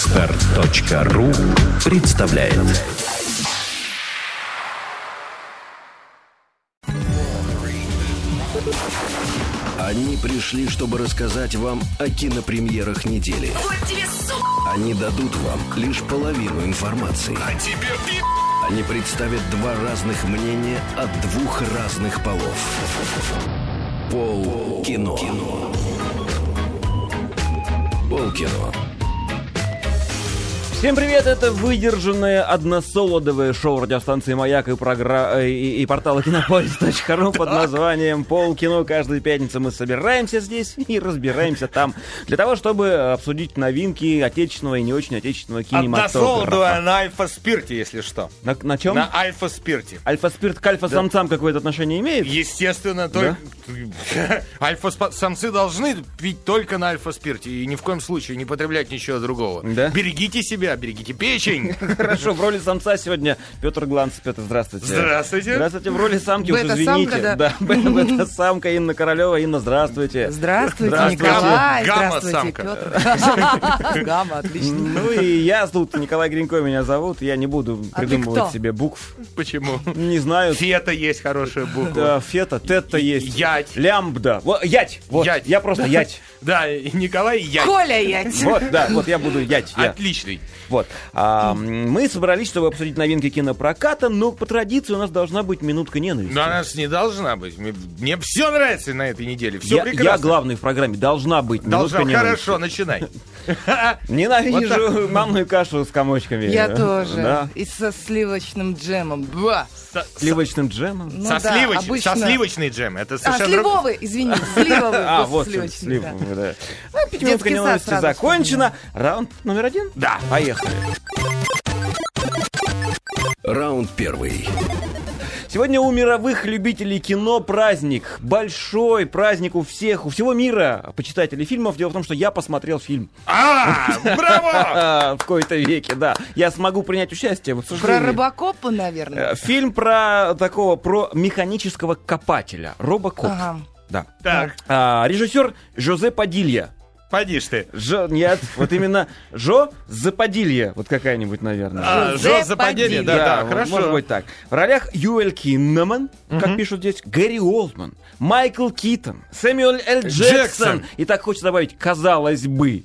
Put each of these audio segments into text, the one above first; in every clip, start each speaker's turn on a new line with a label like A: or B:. A: Отстар.ру представляет Они пришли, чтобы рассказать вам о кинопремьерах недели. Они дадут вам лишь половину информации. Они представят два разных мнения от двух разных полов. Пол кино. Пол кино.
B: Всем привет, это выдержанное односолодовое шоу радиостанции «Маяк» и, програ... э, и, и портала кинопоиск.ру под названием «Полкино». Каждую пятницу мы собираемся здесь и разбираемся там для того, чтобы обсудить новинки отечественного и не очень отечественного
C: Односолодовая
B: кинематографа.
C: на альфа-спирте, если что.
B: На, на чем?
C: На альфа-спирте.
B: Альфа-спирт к альфа-самцам какое-то отношение имеет? Да?
C: Естественно, только... Альфа-самцы должны пить только на альфа-спирте и ни в коем случае не потреблять ничего другого.
B: Да?
C: Берегите себя, берегите печень.
B: Хорошо, в роли самца сегодня Петр Гланц. Петр, здравствуйте.
C: Здравствуйте.
B: Здравствуйте, в роли самки, уж
D: Бета-самка,
B: извините.
D: да.
B: да. бета самка Инна Королева. Инна, здравствуйте.
D: Здравствуйте,
B: Здравствуйте.
D: Николай.
C: Гамма-
D: Здравствуйте, Петр. Гамма, отлично.
B: Ну и я тут, Николай Гринько меня зовут, я не буду
D: А ты
B: придумывать
D: кто?
B: себе букв.
C: Почему?
B: Не знаю.
C: Фета есть хорошая буква.
B: Да, фета, тетта есть.
C: Ять.
B: Лямбда. Во, ять. Вот.
C: Ять.
B: Я просто ять.
C: Да, и Николай Ять.
D: Коля Ять.
B: Вот, да, вот я буду ять. я.
C: Отличный.
B: Вот. А, м, мы собрались, чтобы обсудить новинки кинопроката, но по традиции у нас должна быть минутка ненависти.
C: Но она же не должна быть. Мне- Мне все нравится на этой неделе. Все
B: я, я
C: прекрасно.
B: главный в программе. Должна быть минутка
C: Должна.
B: ненависти.
C: Хорошо, начинай.
B: Ненавижу манную кашу с комочками.
D: Я
B: Э,
D: тоже.
B: Да.
D: И со сливочным джемом. Ба.
B: Сливочным джемом.
D: Ну
C: Со,
D: да,
C: сливоч-
D: обычно-
C: со сливочной джем. Это
D: А,
C: совершенно... друг-
D: сливовый, извините, сливовый.
B: А,
D: просто
B: вот
D: сливочный, да.
B: сливовый, да. Ну, Пятиминутка
D: Детский сад
B: ненависти
D: сразу
B: закончена. Раунд номер один?
C: Да.
B: Поехали.
A: Раунд первый.
B: Сегодня у мировых любителей кино праздник. Большой праздник у всех, у всего мира почитателей фильмов. Дело в том, что я посмотрел фильм
C: А, браво!
B: А, в кои-то веке, да. Я смогу принять участие в
D: Про
B: обсуждении.
D: Робокопа, наверное.
B: Э, Фильм про такого, про механического копателя. Робокоп.
D: Ага.
B: Да.
C: Так,
B: А, режиссер Жозе Падилья.
C: поди ж ты.
B: Жо, нет, вот именно Жо Западилья, вот какая-нибудь, наверное.
C: А,
D: Жозе
C: Жозе Падилья,
D: Падилья.
C: да, да,
B: вот
C: хорошо.
B: Может быть так. В ролях Юэль Киннеман, как пишут здесь, Гэри Олдман, Майкл Китон, Сэмюэль Л. Джексон.
C: Джексон.
B: И так хочется добавить, казалось бы.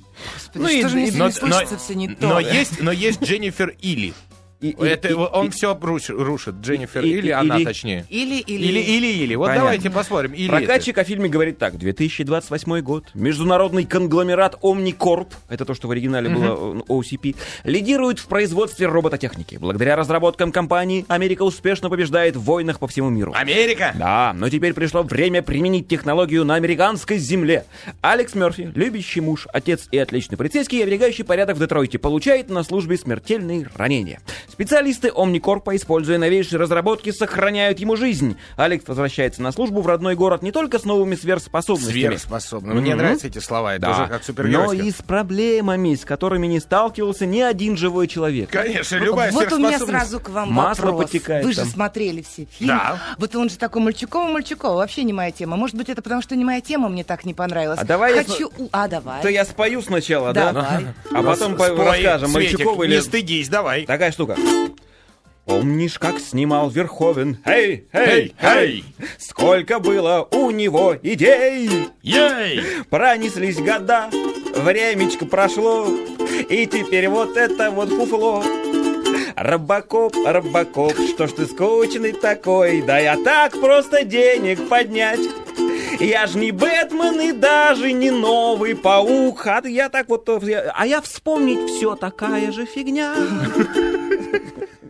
D: Господи,
B: Ну и-
D: что же мне
B: и-
D: с
C: но-
D: ними слышится все не то?
C: Но есть, но есть Дженнифер Или.
B: И- и-
C: Это,
B: и-
C: он
B: и-
C: все рушит. Дженнифер
B: и-
C: Или,
B: и-
C: она
B: или-
C: точнее.
D: Или,
C: Или,
D: или.
C: или, или. Вот
B: Понятно.
C: давайте посмотрим. Или
B: Прокатчик о фильме говорит так. 2028 год. Международный конгломерат Omnicorp, это то, что в оригинале было э, OCP, лидирует в производстве робототехники. Благодаря разработкам компании Америка успешно побеждает в войнах по всему миру.
C: это. Америка!
B: Да, но теперь пришло время применить технологию на американской земле. Алекс Мерфи, любящий муж, отец и отличный полицейский, оберегающий порядок в Детройте, получает на службе смертельные ранения. Специалисты Омникорпа, используя новейшие разработки, сохраняют ему жизнь. Алекс возвращается на службу в родной город не только с новыми сверхспособностями,
C: Сверхспособна. Мне
B: Мгм.
C: нравятся эти слова. Это уже как
B: но
C: супергеройское.
B: и с проблемами, с которыми не сталкивался ни один живой человек.
C: Конечно, любая
D: вот у меня
C: сверхспособность.
D: сразу к вам
B: Масло
D: вопрос.
B: потекает
D: Вы же
B: там.
D: смотрели все фильмы.
C: Да.
D: Вот он же такой мальчуковый-мальчуковый. Вообще не моя тема. Может быть, это потому, что не моя тема, мне так не понравилось.
B: А давай я
D: Хочу... у- А, давай.
B: То я спою сначала, да?
D: Давай.
B: А потом по-
C: Спой,
B: расскажем,
C: Светик,
B: мальчукова или
C: Не стыдись, давай.
B: Такая штука. Помнишь, как снимал Верховен? Эй, эй,
C: Эй, эй!
B: Сколько было у него идей!
C: Ей!
B: Пронеслись года, времечко прошло, и теперь вот это вот фуфло. Робокоп, робокоп, что ж ты скучный такой? Да я так просто денег поднять. Я ж не Бэтмен и даже не новый паук. А я так вот... э, я- А я вспомнить все такая же фигня.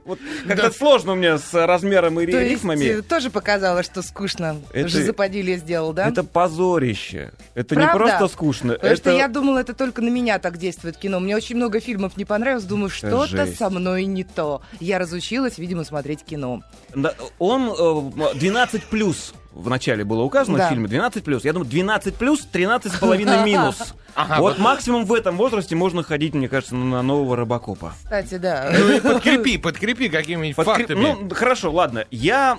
B: Вот как-то сложно мне с размером и
D: То есть,
B: рифмами.
D: э, тоже показалось, что скучно.
B: Это-
D: Жизоподилье сделал, да?
B: Это позорище. Это не
D: Правда?
B: просто скучно.
D: Потому
B: это...
D: что я думала, это только на меня так действует кино. Мне очень много фильмов не понравилось. Думаю, что-то
B: жесть.
D: со мной не то. Я разучилась, видимо, смотреть кино.
B: Да, Он э, 12 плюс в начале было указано в
D: Да.
B: фильме 12 плюс. Я думаю, 12 плюс, 13 с половиной минус.
C: Ага,
B: Вот максимум в этом возрасте можно ходить, мне кажется, на нового робокопа.
D: Кстати, да.
C: Ну и подкрепи, подкрепи какими-нибудь
B: Подкре-
C: фактами.
B: Ну, хорошо, ладно. Я.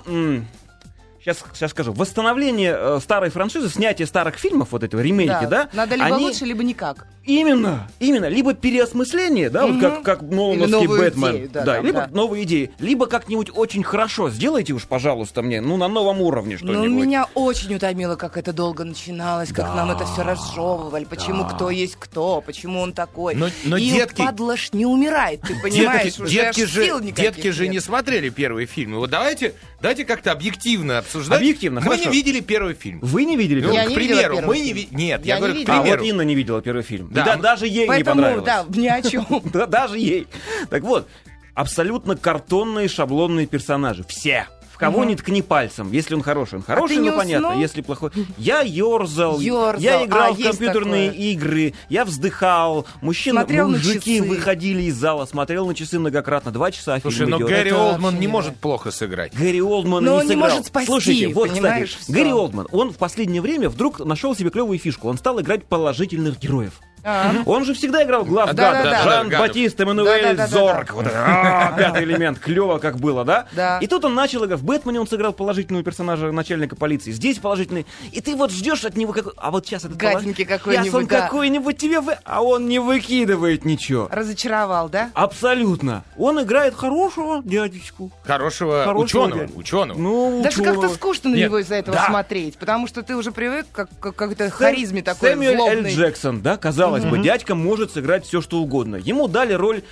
B: сейчас, сейчас скажу, восстановление э, старой франшизы, снятие старых фильмов, вот этого ремейки, да,
D: Надо либо
B: они-
D: лучше, либо никак.
B: Именно, именно, либо переосмысление, да, вот
D: Мгм.
B: как, как
D: Или
B: Нолановский
D: новую
B: Бэтмен,
D: идею, да,
B: да,
D: там,
B: либо
D: да.
B: новые идеи, либо как-нибудь очень хорошо сделайте уж, пожалуйста, мне, ну, на новом уровне
D: Ну,
B: что-нибудь.
D: меня очень утомило, как это долго начиналось, как нам это все разжевывали, почему кто есть кто, почему он такой.
C: Но- но
D: И
C: детки-
D: падлаш не умирает, ты понимаешь,
C: Детки,
D: уже
C: детки
D: аж
C: же,
D: сил никаких
C: детки же
D: нет.
C: не смотрели первый фильм. Вот давайте, давайте как-то объективно обсуждать.
B: Объективно,
C: Мы
B: хорошо.
C: не видели первый фильм.
B: Вы не видели?
C: Ну,
B: первый
D: Я
C: к
D: не видела
C: примеру,
D: первый
C: мы не
D: фильм.
C: видели. Нет, я,
D: Я не
C: говорю, к
D: видела.
B: А
C: примеру.
B: вот Инна не видела первый фильм.
C: Да,
B: Да, ну,
C: мы-
B: даже ей не
D: Поэтому,
B: понравилось.
D: да, ни о чем.
B: Да, даже ей. Так вот, абсолютно картонные шаблонные персонажи. Все. В кого
D: Мгм. А
B: ни ткни пальцем. Если он хороший, он хороший,
D: ты не
B: ну понятно.
D: уснул?
B: Если плохой. Я ерзал,
D: Ёрзал.
B: я играл
D: А,
B: в
D: есть
B: компьютерные
D: такое.
B: игры, я вздыхал. Мужчины,
D: Смотрел на
B: мужики
D: часы.
B: выходили из зала, смотрел на часы многократно. Два часа фильм
C: Слушай, но
B: идет.
C: Гэри
D: Это
C: Олдман
D: вообще
C: не
D: не
C: может плохо сыграть.
B: Гэри Олдман
D: Но
B: не
D: он не
B: сыграл.
D: может спасти,
B: Слушайте, вот,
D: понимаешь,
B: кстати,
D: всё.
B: Гэри Олдман, он в последнее время вдруг нашел себе клевую фишку. Он стал играть положительных героев.
D: А.
B: Он же всегда играл глав
D: Да-да-да.
B: Жан-Батист Эммануэль
D: Да-да-да-да-да.
B: Зорг. Вот это, а, Пятый элемент. Клево, как было, да?
D: Да.
B: И тут он начал играть. В Бэтмене он сыграл положительного персонажа начальника полиции. Здесь положительный. И ты вот ждешь от него какой... А вот сейчас этот...
D: Гаденький
B: полож-
D: какой-нибудь,
B: Сейчас он
D: да.
B: какой-нибудь тебе... вы- А он не выкидывает ничего.
D: Разочаровал, да?
B: Абсолютно. Он играет хорошего дядечку.
C: Хорошего,
B: Хорошего
C: ученого.
B: дядю.
C: Ученого.
B: Ну,
D: Даже
B: ученого.
D: как-то скучно на
C: Нет,
D: него из-за этого
C: да.
D: смотреть, потому что ты уже привык как- как- к какой-то харизме такой
B: Сэмюэль Л.
D: злобной.
B: Джексон, да, казалось бы, дядька может сыграть все что угодно. Ему дали роль.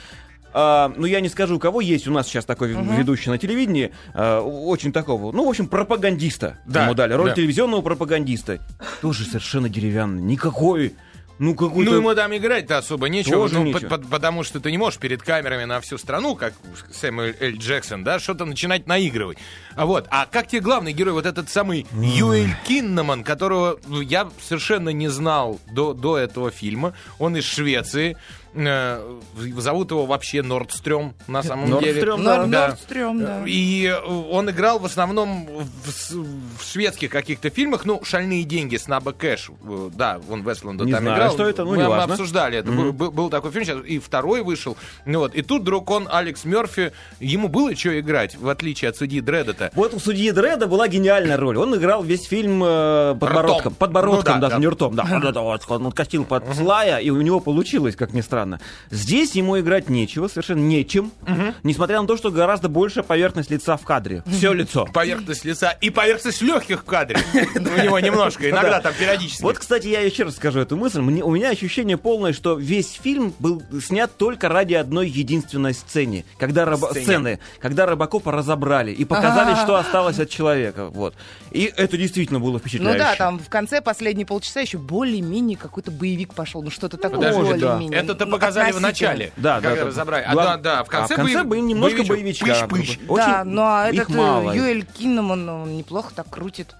B: а, ну, я не скажу, кого есть у нас сейчас такой ведущий на телевидении, а, очень такого, ну, в общем, пропагандиста
C: Да,
B: ему дали, роль
C: да.
B: телевизионного пропагандиста. Тоже совершенно деревянный, никакой, ну, какой-то...
C: Ну, ему там играть-то особо нечего,
B: Тоже
C: ну,
B: нечего.
C: под- под- потому что ты не можешь перед камерами на всю страну, как Сэмюэл Эль Джексон, да, что-то начинать наигрывать. А вот, а как тебе главный герой, вот этот самый Юэль Киннаман, которого ну, я совершенно не знал до, до этого фильма, он из Швеции, Э, зовут его вообще Нордстрём, на самом деле.
B: Нордстрём,
D: Нор-
C: Да.
D: Нордстрём, Ну, да.
C: И э, он играл в основном в, с- в шведских каких-то фильмах, ну, «Шальные деньги», «Снаба Кэш», э, да, он Вестланда
B: Не
C: там
B: знаю,
C: играл.
B: что это, ну,
C: мы, мы
B: неважно.
C: обсуждали это, был, был- был такой фильм, сейчас и второй вышел, ну вот, и тут вдруг он, Алекс Мерфи, ему было что играть, в отличие от судьи Дредда-то.
B: Вот у судьи Дреда была гениальная роль. Он играл весь фильм э, подбородком.
C: Ртом.
B: Подбородком,
C: Ну да,
B: даже
C: да.
B: не ртом. Да, Вот это вот, он костил под слая, и у него получилось, как ни странно. Здесь ему играть нечего, совершенно нечем. Несмотря на то, что гораздо больше поверхность лица в кадре. Все лицо.
C: Поверхность лица и поверхность легких в кадре. У него немножко, иногда там периодически.
B: Вот, кстати, я еще раз скажу эту мысль. Мне- у меня ощущение полное, что весь фильм был снят только ради одной единственной сцены, когда Робо-
C: Сцене.
B: сцены, когда Робокопа разобрали и показали,
D: А.
B: что осталось от человека. Вот. И это действительно было
D: Ну
B: впечатляюще.
D: да, там в конце последние полчаса еще более-менее какой-то боевик пошел, ну что-то такое
C: Подожди,
B: да.
D: более-менее.
C: Это-то
D: Ну,
C: показали в
D: относительно.
C: начале.
B: Да,
C: когда
B: да, да.
C: разобрали. А,
B: Глав-
C: да, да, в конце,
B: а в конце
C: боев-
B: был немножко
C: боевичок.
B: боевичка.
C: Пыщ-пыщ.
B: был. Очень-
D: да, ну а
B: их
D: этот э,
B: мало.
D: Юэль Киннаман, он неплохо так крутит.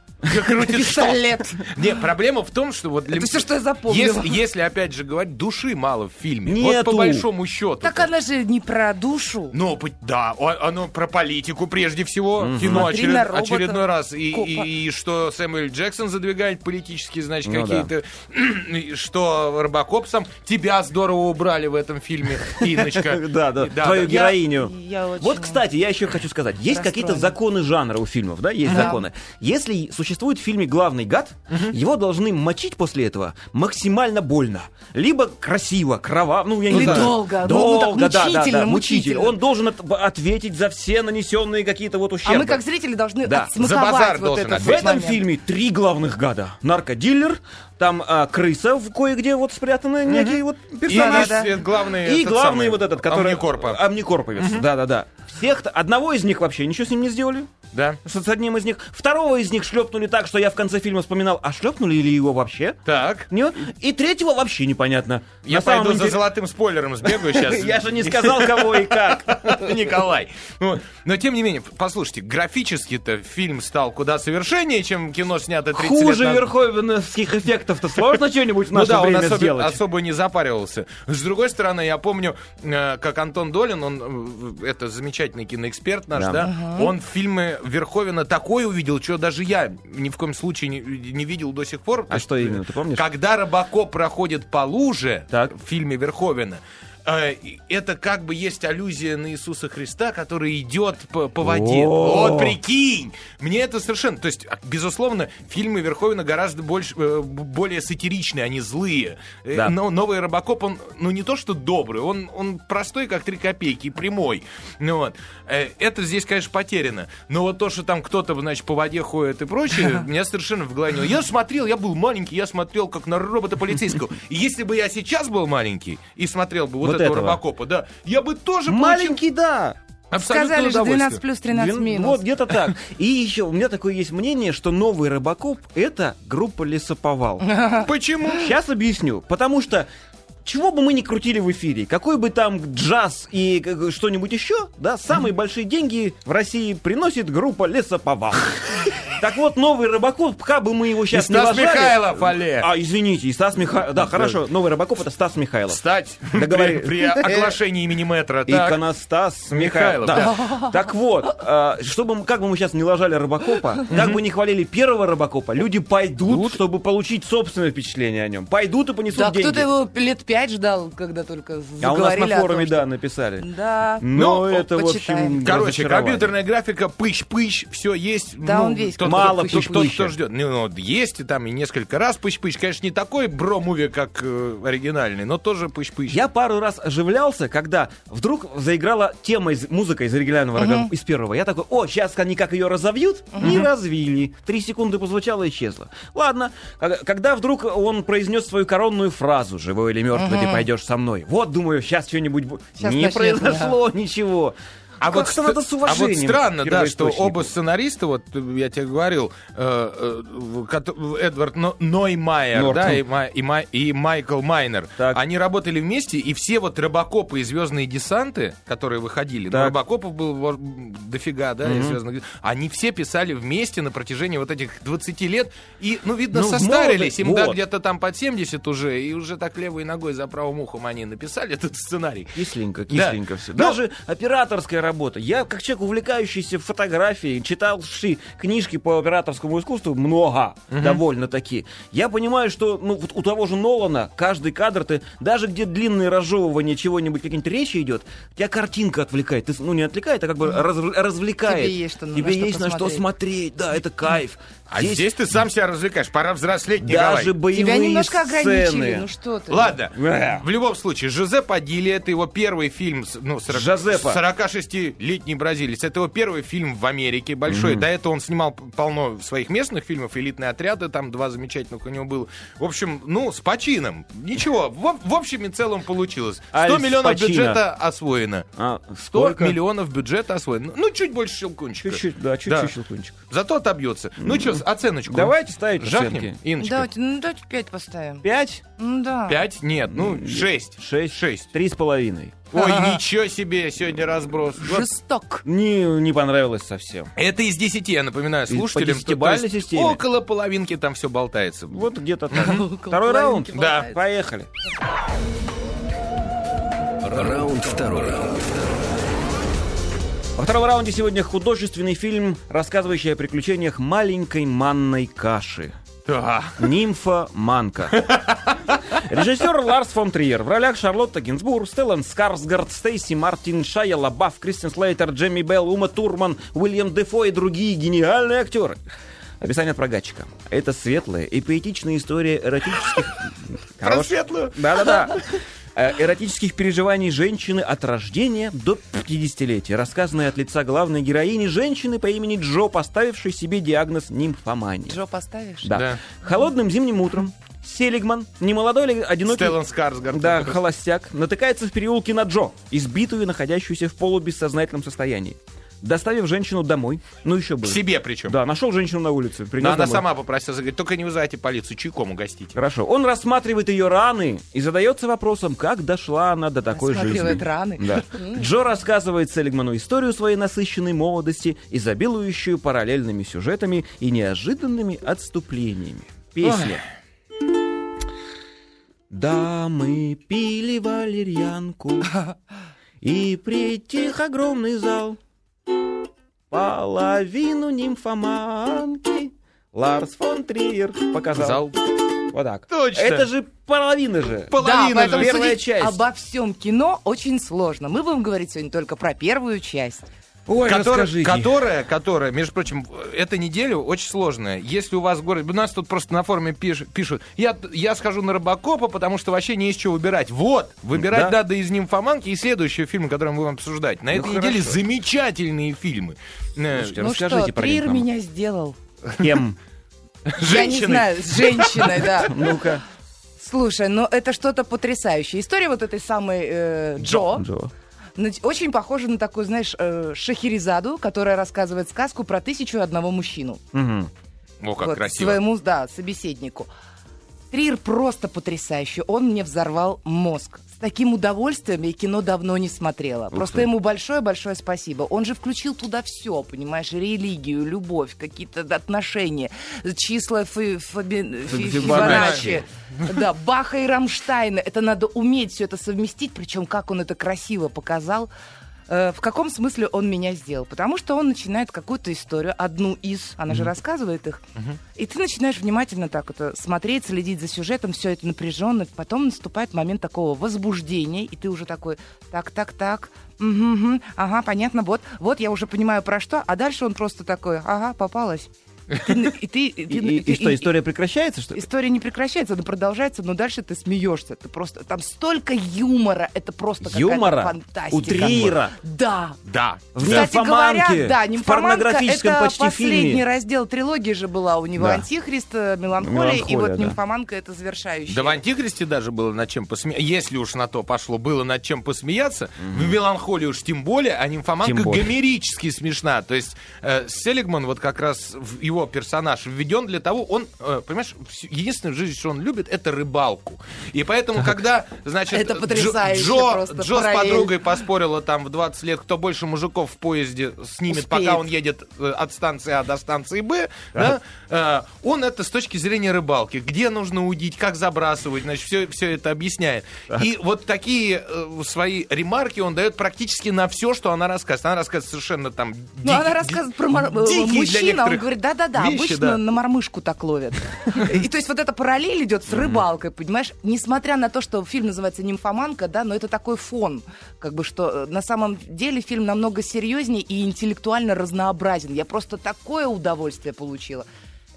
C: Крутит что?
D: Пистолет.
C: Не, проблема в том, что вот для-
D: Это всё, что я запомнила.
C: Если, если, опять же говорить, души мало в фильме. Вот
B: Нету.
C: по большому счету.
D: Так она же не про душу.
C: Ну, пы- да, о- оно про политику прежде всего. Кино
D: Смотри
C: очеред-
D: на робота.
C: очередной раз. И,
D: Копа.
C: и- и что Сэмюэль Джексон задвигает политические, значит,
B: Ну да.
C: какие-то... и что Робокоп сам... Тебя здорово убрали в этом фильме, Инночка.
B: Да, да,
C: И- да,
B: твою
C: да.
B: героиню.
D: я очень-
B: Вот, кстати, я еще хочу сказать, есть какие-то
D: Расстроена.
B: законы жанра у фильмов, да, есть
D: Да.
B: законы. Если существует в фильме главный гад, его должны мочить после этого максимально больно, либо красиво, кроваво, ну я не
D: Или
B: знаю.
D: долго, ну, ну, так
B: долго, да, да, да,
D: мучительно,
B: мучительно.
D: мучительно.
B: Он должен от- ответить за все нанесенные какие-то вот
D: А
B: ущербы.
D: мы как зрители должны
B: Да.
C: За базар
D: отсмаковать вот
C: должен
D: этот
B: В
C: ответить.
D: вот
B: этом
D: момент.
B: фильме три главных гада. Наркодилер, там а, крыса в кое-где вот спрятаны некие вот
C: И
B: персонажи.
D: да.
C: э, главный...
B: И
C: этот
B: главный
C: самый,
B: вот этот, который...
C: Амникорпа.
B: Амникорповец, да-да-да. Всех, одного из них вообще ничего с ним не сделали.
C: Да.
B: С, с одним из них. Второго из них шлепнули так, что я в конце фильма вспоминал, а шлепнули ли его вообще?
C: Так.
B: Не- И третьего вообще непонятно.
C: Я
B: На самом
C: пойду за
B: интерес-
C: золотым спойлером сбегаю сейчас.
B: Я же не сказал, кого и как.
C: Николай. Вот. Но тем не менее, послушайте, графически-то фильм стал куда совершеннее, чем кино снято 30 лет
B: Хуже
C: назад.
B: верховенских эффектов-то сложно что-нибудь в
C: Ну
B: наше
C: да, он
B: время
C: особо,
B: сделать.
C: особо не запаривался. С другой стороны, я помню, э, как Антон Долин, он э, это замечательный киноэксперт наш,
B: Да.
C: да, он фильмы Верховина такое увидел, что даже я ни в коем случае не, не видел до сих пор. То
B: А
C: есть, э,
B: что именно, ты помнишь?
C: Когда Робокоп проходит по луже
B: Так.
C: в фильме Верховина, э, это как бы есть аллюзия на Иисуса Христа, который идет по, по воде.
B: О.
C: Вот прикинь! Мне это совершенно... То есть, а, безусловно, фильмы Верховина гораздо больше, э, б- более сатиричные, они злые. Э,
B: Да.
C: Но новый Робокоп, он ну не то что добрый, он, он простой, как три копейки, и прямой. Ну, вот. Э, Это здесь, конечно, потеряно. Но вот то, что там кто-то, значит, по воде ходит и прочее, меня совершенно в голове не... Я смотрел, я был маленький, я смотрел как на робота-полицейского. И если бы я сейчас был маленький и смотрел бы вот,
B: Вот
C: этого,
B: этого.
C: Робокопа, да, я бы тоже получил
B: Маленький, да.
C: абсолютное
D: Сказали же
C: удовольствие.
D: 12 плюс 13
B: Двен-
D: минус.
B: Вот где-то так. И еще у меня такое есть мнение, что новый Робокоп — это группа Лесоповал.
C: Почему?
B: Сейчас объясню. Потому что чего бы мы ни крутили в эфире, какой бы там джаз и как- что-нибудь еще, да, самые большие деньги в России приносит группа Лесоповал. Так вот, новый Робокоп, пока бы мы его сейчас
C: И
B: не
C: Стас
B: ложали...
C: Михайлов, алле.
B: А, извините, и Стас Михайлов... Да, хорошо, новый Робокоп — это Стас Михайлов.
C: Стать
B: Договори-
C: при, при оглашении имени метра. так.
B: Иконостас Михайлов.
C: Михайлов,
B: Да. Так вот, а, чтобы, мы- как бы мы сейчас не лажали Робокопа, как бы не хвалили первого Робокопа, люди пойдут, чтобы получить собственное впечатление о нем. Пойдут и
D: Да,
B: понесут
D: кто-то
B: деньги.
D: его лет пять ждал, когда только
B: А у нас
D: заговорили
B: на
D: о
B: форуме,
D: том, что-
B: да, написали.
D: Да.
B: Но
C: Ну,
B: это, в
D: почитаем.
B: общем,
C: Короче,
B: разочарование.
C: компьютерная графика, пыщ-пыщ, все есть. Ну,
D: Да, он весь
C: тот,
B: Мало
C: кто, кто,
B: пыщ-пыща.
C: кто ждет. Ну, вот есть и там и несколько раз пыщ-пыщ. Конечно, не такой бро-муви, как э, оригинальный, но тоже пыщ-пыщ.
B: Я пару раз оживлялся, когда вдруг заиграла тема из музыка из оригинального рога- из первого. Я такой, о, сейчас они как ее разовьют, и развили. Три секунды позвучало и исчезло. Ладно, К- когда вдруг он произнес свою коронную фразу «Живой или мертвый, ты пойдешь со мной». Вот, думаю, сейчас что-нибудь... бу-
D: Щас
B: Не
D: начнется,
B: произошло ничего.
C: А вот,
B: Как-то
C: ст-
B: надо с
C: а вот
B: уважением к
C: странно, да, что
B: первоисточнику.
C: оба сценариста, вот э, я тебе говорил, э, э, в- кот- в- Эдвард Но- Ноймайер,
B: Нортон.
C: да, и, Ма- и Ма- и Майкл Майнер,
B: Так.
C: они работали вместе, и все вот Робокопы и Звездные десанты, которые выходили, ну,
B: Так.
C: Робокопов было во- дофига, да, и «Звёздных дес- они все писали вместе на протяжении вот этих 20 лет, и, ну, видно,
B: Ну, в
C: состарились,
B: молодости,
C: им да,
B: вот.
C: где-то там под 70 уже, и уже так левой ногой за правым ухом они написали этот сценарий.
B: Кисленько, кисленько
C: Да.
B: все.
D: Ну,
C: Но-
B: Даже операторская работа. Я, как человек, увлекающийся фотографией, читавший книжки по операторскому искусству, много довольно-таки. Я понимаю, что ну, вот у того же Нолана каждый кадр, ты даже где длинное разжевывание чего-нибудь, какие-нибудь речи идет, тебя картинка отвлекает. Ты, с- ну, не отвлекает, а как бы раз- развлекает.
D: Тебе есть что- на
B: Тебе
D: что
B: есть на что
D: посмотреть.
B: смотреть. Да, это кайф.
C: А здесь... ты сам себя развлекаешь. Пора взрослеть, Николай.
B: даже боевые
D: Тебя немножко ограничили,
B: сцены.
D: ну что ты.
C: Ладно.
B: Э.
C: В любом случае, Жозе Падили это его первый фильм, с- ну, сорок-
B: Жозепа.
C: 46-летний бразилец. Это его первый фильм в Америке большой. До этого он снимал п- полно своих местных фильмов, элитные отряды, там два замечательных у него было. В общем, ну, с почином. Ничего, в, в общем и целом получилось. 100
B: Аль
C: миллионов
B: Пачино.
C: бюджета освоено.
B: А,
C: 100
B: сколько?
C: миллионов бюджета освоено. Ну, чуть больше щелкунчика.
B: Чуть-чуть, да, чуть-чуть щелкунчик.
C: Зато отобьется. Ну что, оценочку?
B: Давайте ставить
C: Жахнем,
B: оценки.
C: Инночка?
D: Давайте, ну давайте пять поставим.
B: Пять?
D: Ну да.
C: Пять? Нет, ну шесть.
B: Шесть.
C: Шесть.
B: Три с половиной.
C: Ой, ничего себе, сегодня разброс. Вот.
D: Жесток.
B: Не, не понравилось совсем.
C: Это из десяти, я напоминаю,
B: Из- по
C: слушателям. то- то
B: десятибалльной
C: есть
B: системе.
C: Около половинки там все болтается.
B: Вот где-то так.
D: Около
B: Второй раунд?
D: половинки болтается.
B: Поехали.
A: Раунд второй.
B: Во втором раунде сегодня художественный фильм, рассказывающий о приключениях маленькой манной каши.
C: Да.
B: Нимфа Манка. Режиссер Ларс фон Триер. В ролях Шарлотта Гинзбург, Стеллан Скарсгард, Стейси Мартин, Шайя Лабаф, Кристин Слейтер, Джемми Белл, Ума Турман, Уильям Дефо и другие гениальные актеры. Описание от прогатчика. Это светлая и поэтичная история эротических...
C: Про
B: Хорош.
C: светлую.
B: Да-да-да. Э, Эротических переживаний женщины от рождения до 50-летия, рассказанная от лица главной героини женщины по имени Джо, поставившей себе диагноз нимфомания.
D: Джо поставишь?
B: Да.
C: Да.
B: Холодным зимним утром Селигман, немолодой ли одинокий...
C: Стеллан Скарсгард.
B: Ну, Да,
C: который-
B: холостяк, натыкается в переулке на Джо, избитую и находящуюся в полубессознательном состоянии. Доставив женщину домой, ну еще
C: К
B: бы.
C: себе причем.
B: Да, нашел женщину на улице, принес
C: Но она
B: домой.
C: сама попросила, говорит, только не вызывайте полицию, чайком угостите.
B: Хорошо. Он рассматривает ее раны и задается вопросом, как дошла она до такой жизни.
D: Рассматривает раны.
B: Да. Джо рассказывает Селигману историю своей насыщенной молодости, изобилующую параллельными сюжетами и неожиданными отступлениями. Песня. Да, мы пили валерьянку, и притих огромный зал. Половину нимфоманки Ларс фон Триер показал.
C: Зал.
B: Вот так.
C: Точно.
B: Это же половина же.
D: Да,
C: Половина
D: поэтому
C: же.
B: Первая
D: судить
B: часть.
D: обо всем кино очень сложно. Мы будем говорить сегодня только про первую часть.
B: Ой,
C: Которая-
B: расскажите.
C: которая, которая, между прочим, эта неделя очень сложная. Если у вас в городе... У нас тут просто на форуме пиш- пишут, я, я схожу на Робокопа, потому что вообще не из чего выбирать. Вот, выбирать
B: Да.
C: надо из «Нимфоманки» и следующий фильм, который мы будем обсуждать. На этой
B: хорошо.
C: неделе замечательные фильмы. Э,
D: ну
B: расскажите
D: что,
B: про них
D: Триер
B: нам.
D: меня сделал.
B: Кем?
D: Я не
C: Женщины.
D: знаю, с женщиной, да.
B: Ну-ка.
D: Слушай, ну это что-то потрясающее. История вот этой самой э, Джо,
B: Джо.
D: на- очень похожа на такую, знаешь, э, Шахерезаду, которая рассказывает сказку про тысячу и одного мужчину.
B: Мгм.
C: О, как
D: Вот,
C: красиво.
D: Своему, да, собеседнику. Трир просто потрясающий. Он мне взорвал мозг. С таким удовольствием я кино давно не смотрела. Просто
B: ты.
D: ему большое-большое спасибо. Он же включил туда все, понимаешь, религию, любовь, какие-то отношения, числа фи- фаби- фи-
B: Фибоначчи.
D: Фибоначчи. Да, Баха и Рамштайна. Это надо уметь все это совместить. Причем, как он это красиво показал. Э, В каком смысле он меня сделал? Потому что он начинает какую-то историю, одну из, она же рассказывает их, и ты начинаешь внимательно так это смотреть, следить за сюжетом, все это напряженно. Потом наступает момент такого возбуждения, и ты уже такой, так, так, так, мгм, мгм, ага, понятно, вот, вот я уже понимаю про что, а дальше он просто такой, ага, попалась. Ты на- И ты- и
B: И-
D: ты-
B: И
D: и ты-
B: и что,
D: и-
B: история прекращается, что ли?
D: История не прекращается, она продолжается, но дальше ты смеешься. Ты просто там столько юмора, это просто какая-то
B: Юмора?
D: фантастика.
B: У Триера.
D: Да.
C: Да.
B: В
D: Кстати говоря,
B: «Нимфоманке»,
D: да,
B: в
D: «Нимфоманка»
B: порнографическом
D: это
B: почти
D: последний
B: фильме.
D: раздел трилогии же была у него
B: Да.
D: «Антихрист», э, «Меланхолия», и
B: «Меланхолия»,
D: вот
B: да.
D: «Нимфоманка» это завершающий.
C: Да в «Антихристе» даже было над чем посмеяться. Если уж на то пошло, было над чем посмеяться. В «Меланхолии» уж тем более, а «Нимфоманка»
B: Тем более.
C: гомерически смешна. То есть э, Селигман, вот как раз в- его персонаж введен для того, он, э, понимаешь, всю- единственное в жизни, что он любит, это рыбалку. И поэтому, когда, значит,
D: Это
C: Джо-
D: потрясающе
C: Джо,
D: просто,
C: Джо с
D: параллель.
C: подругой поспорила там в 20 лет, кто больше мужиков в поезде снимет,
D: Успеет.
C: пока он едет э, от станции А до станции Б, да, э, он это с точки зрения рыбалки. Где нужно удить, как забрасывать, значит, все, все это объясняет. И вот такие э, свои ремарки он дает практически на все, что она рассказывает. Она рассказывает совершенно там...
D: Ну, она рассказывает про мор- э, мужчин, а он говорит, да-да-да, обычно на мормышку так ловят. И то есть вот эта параллель идет с рыбалкой, понимаешь? Несмотря на то, что фильм называется «Нимфоманка», да, но это такой фон, как бы что э, на самом деле фильм намного серьезнее и интеллектуально разнообразен. Я просто такое удовольствие получила.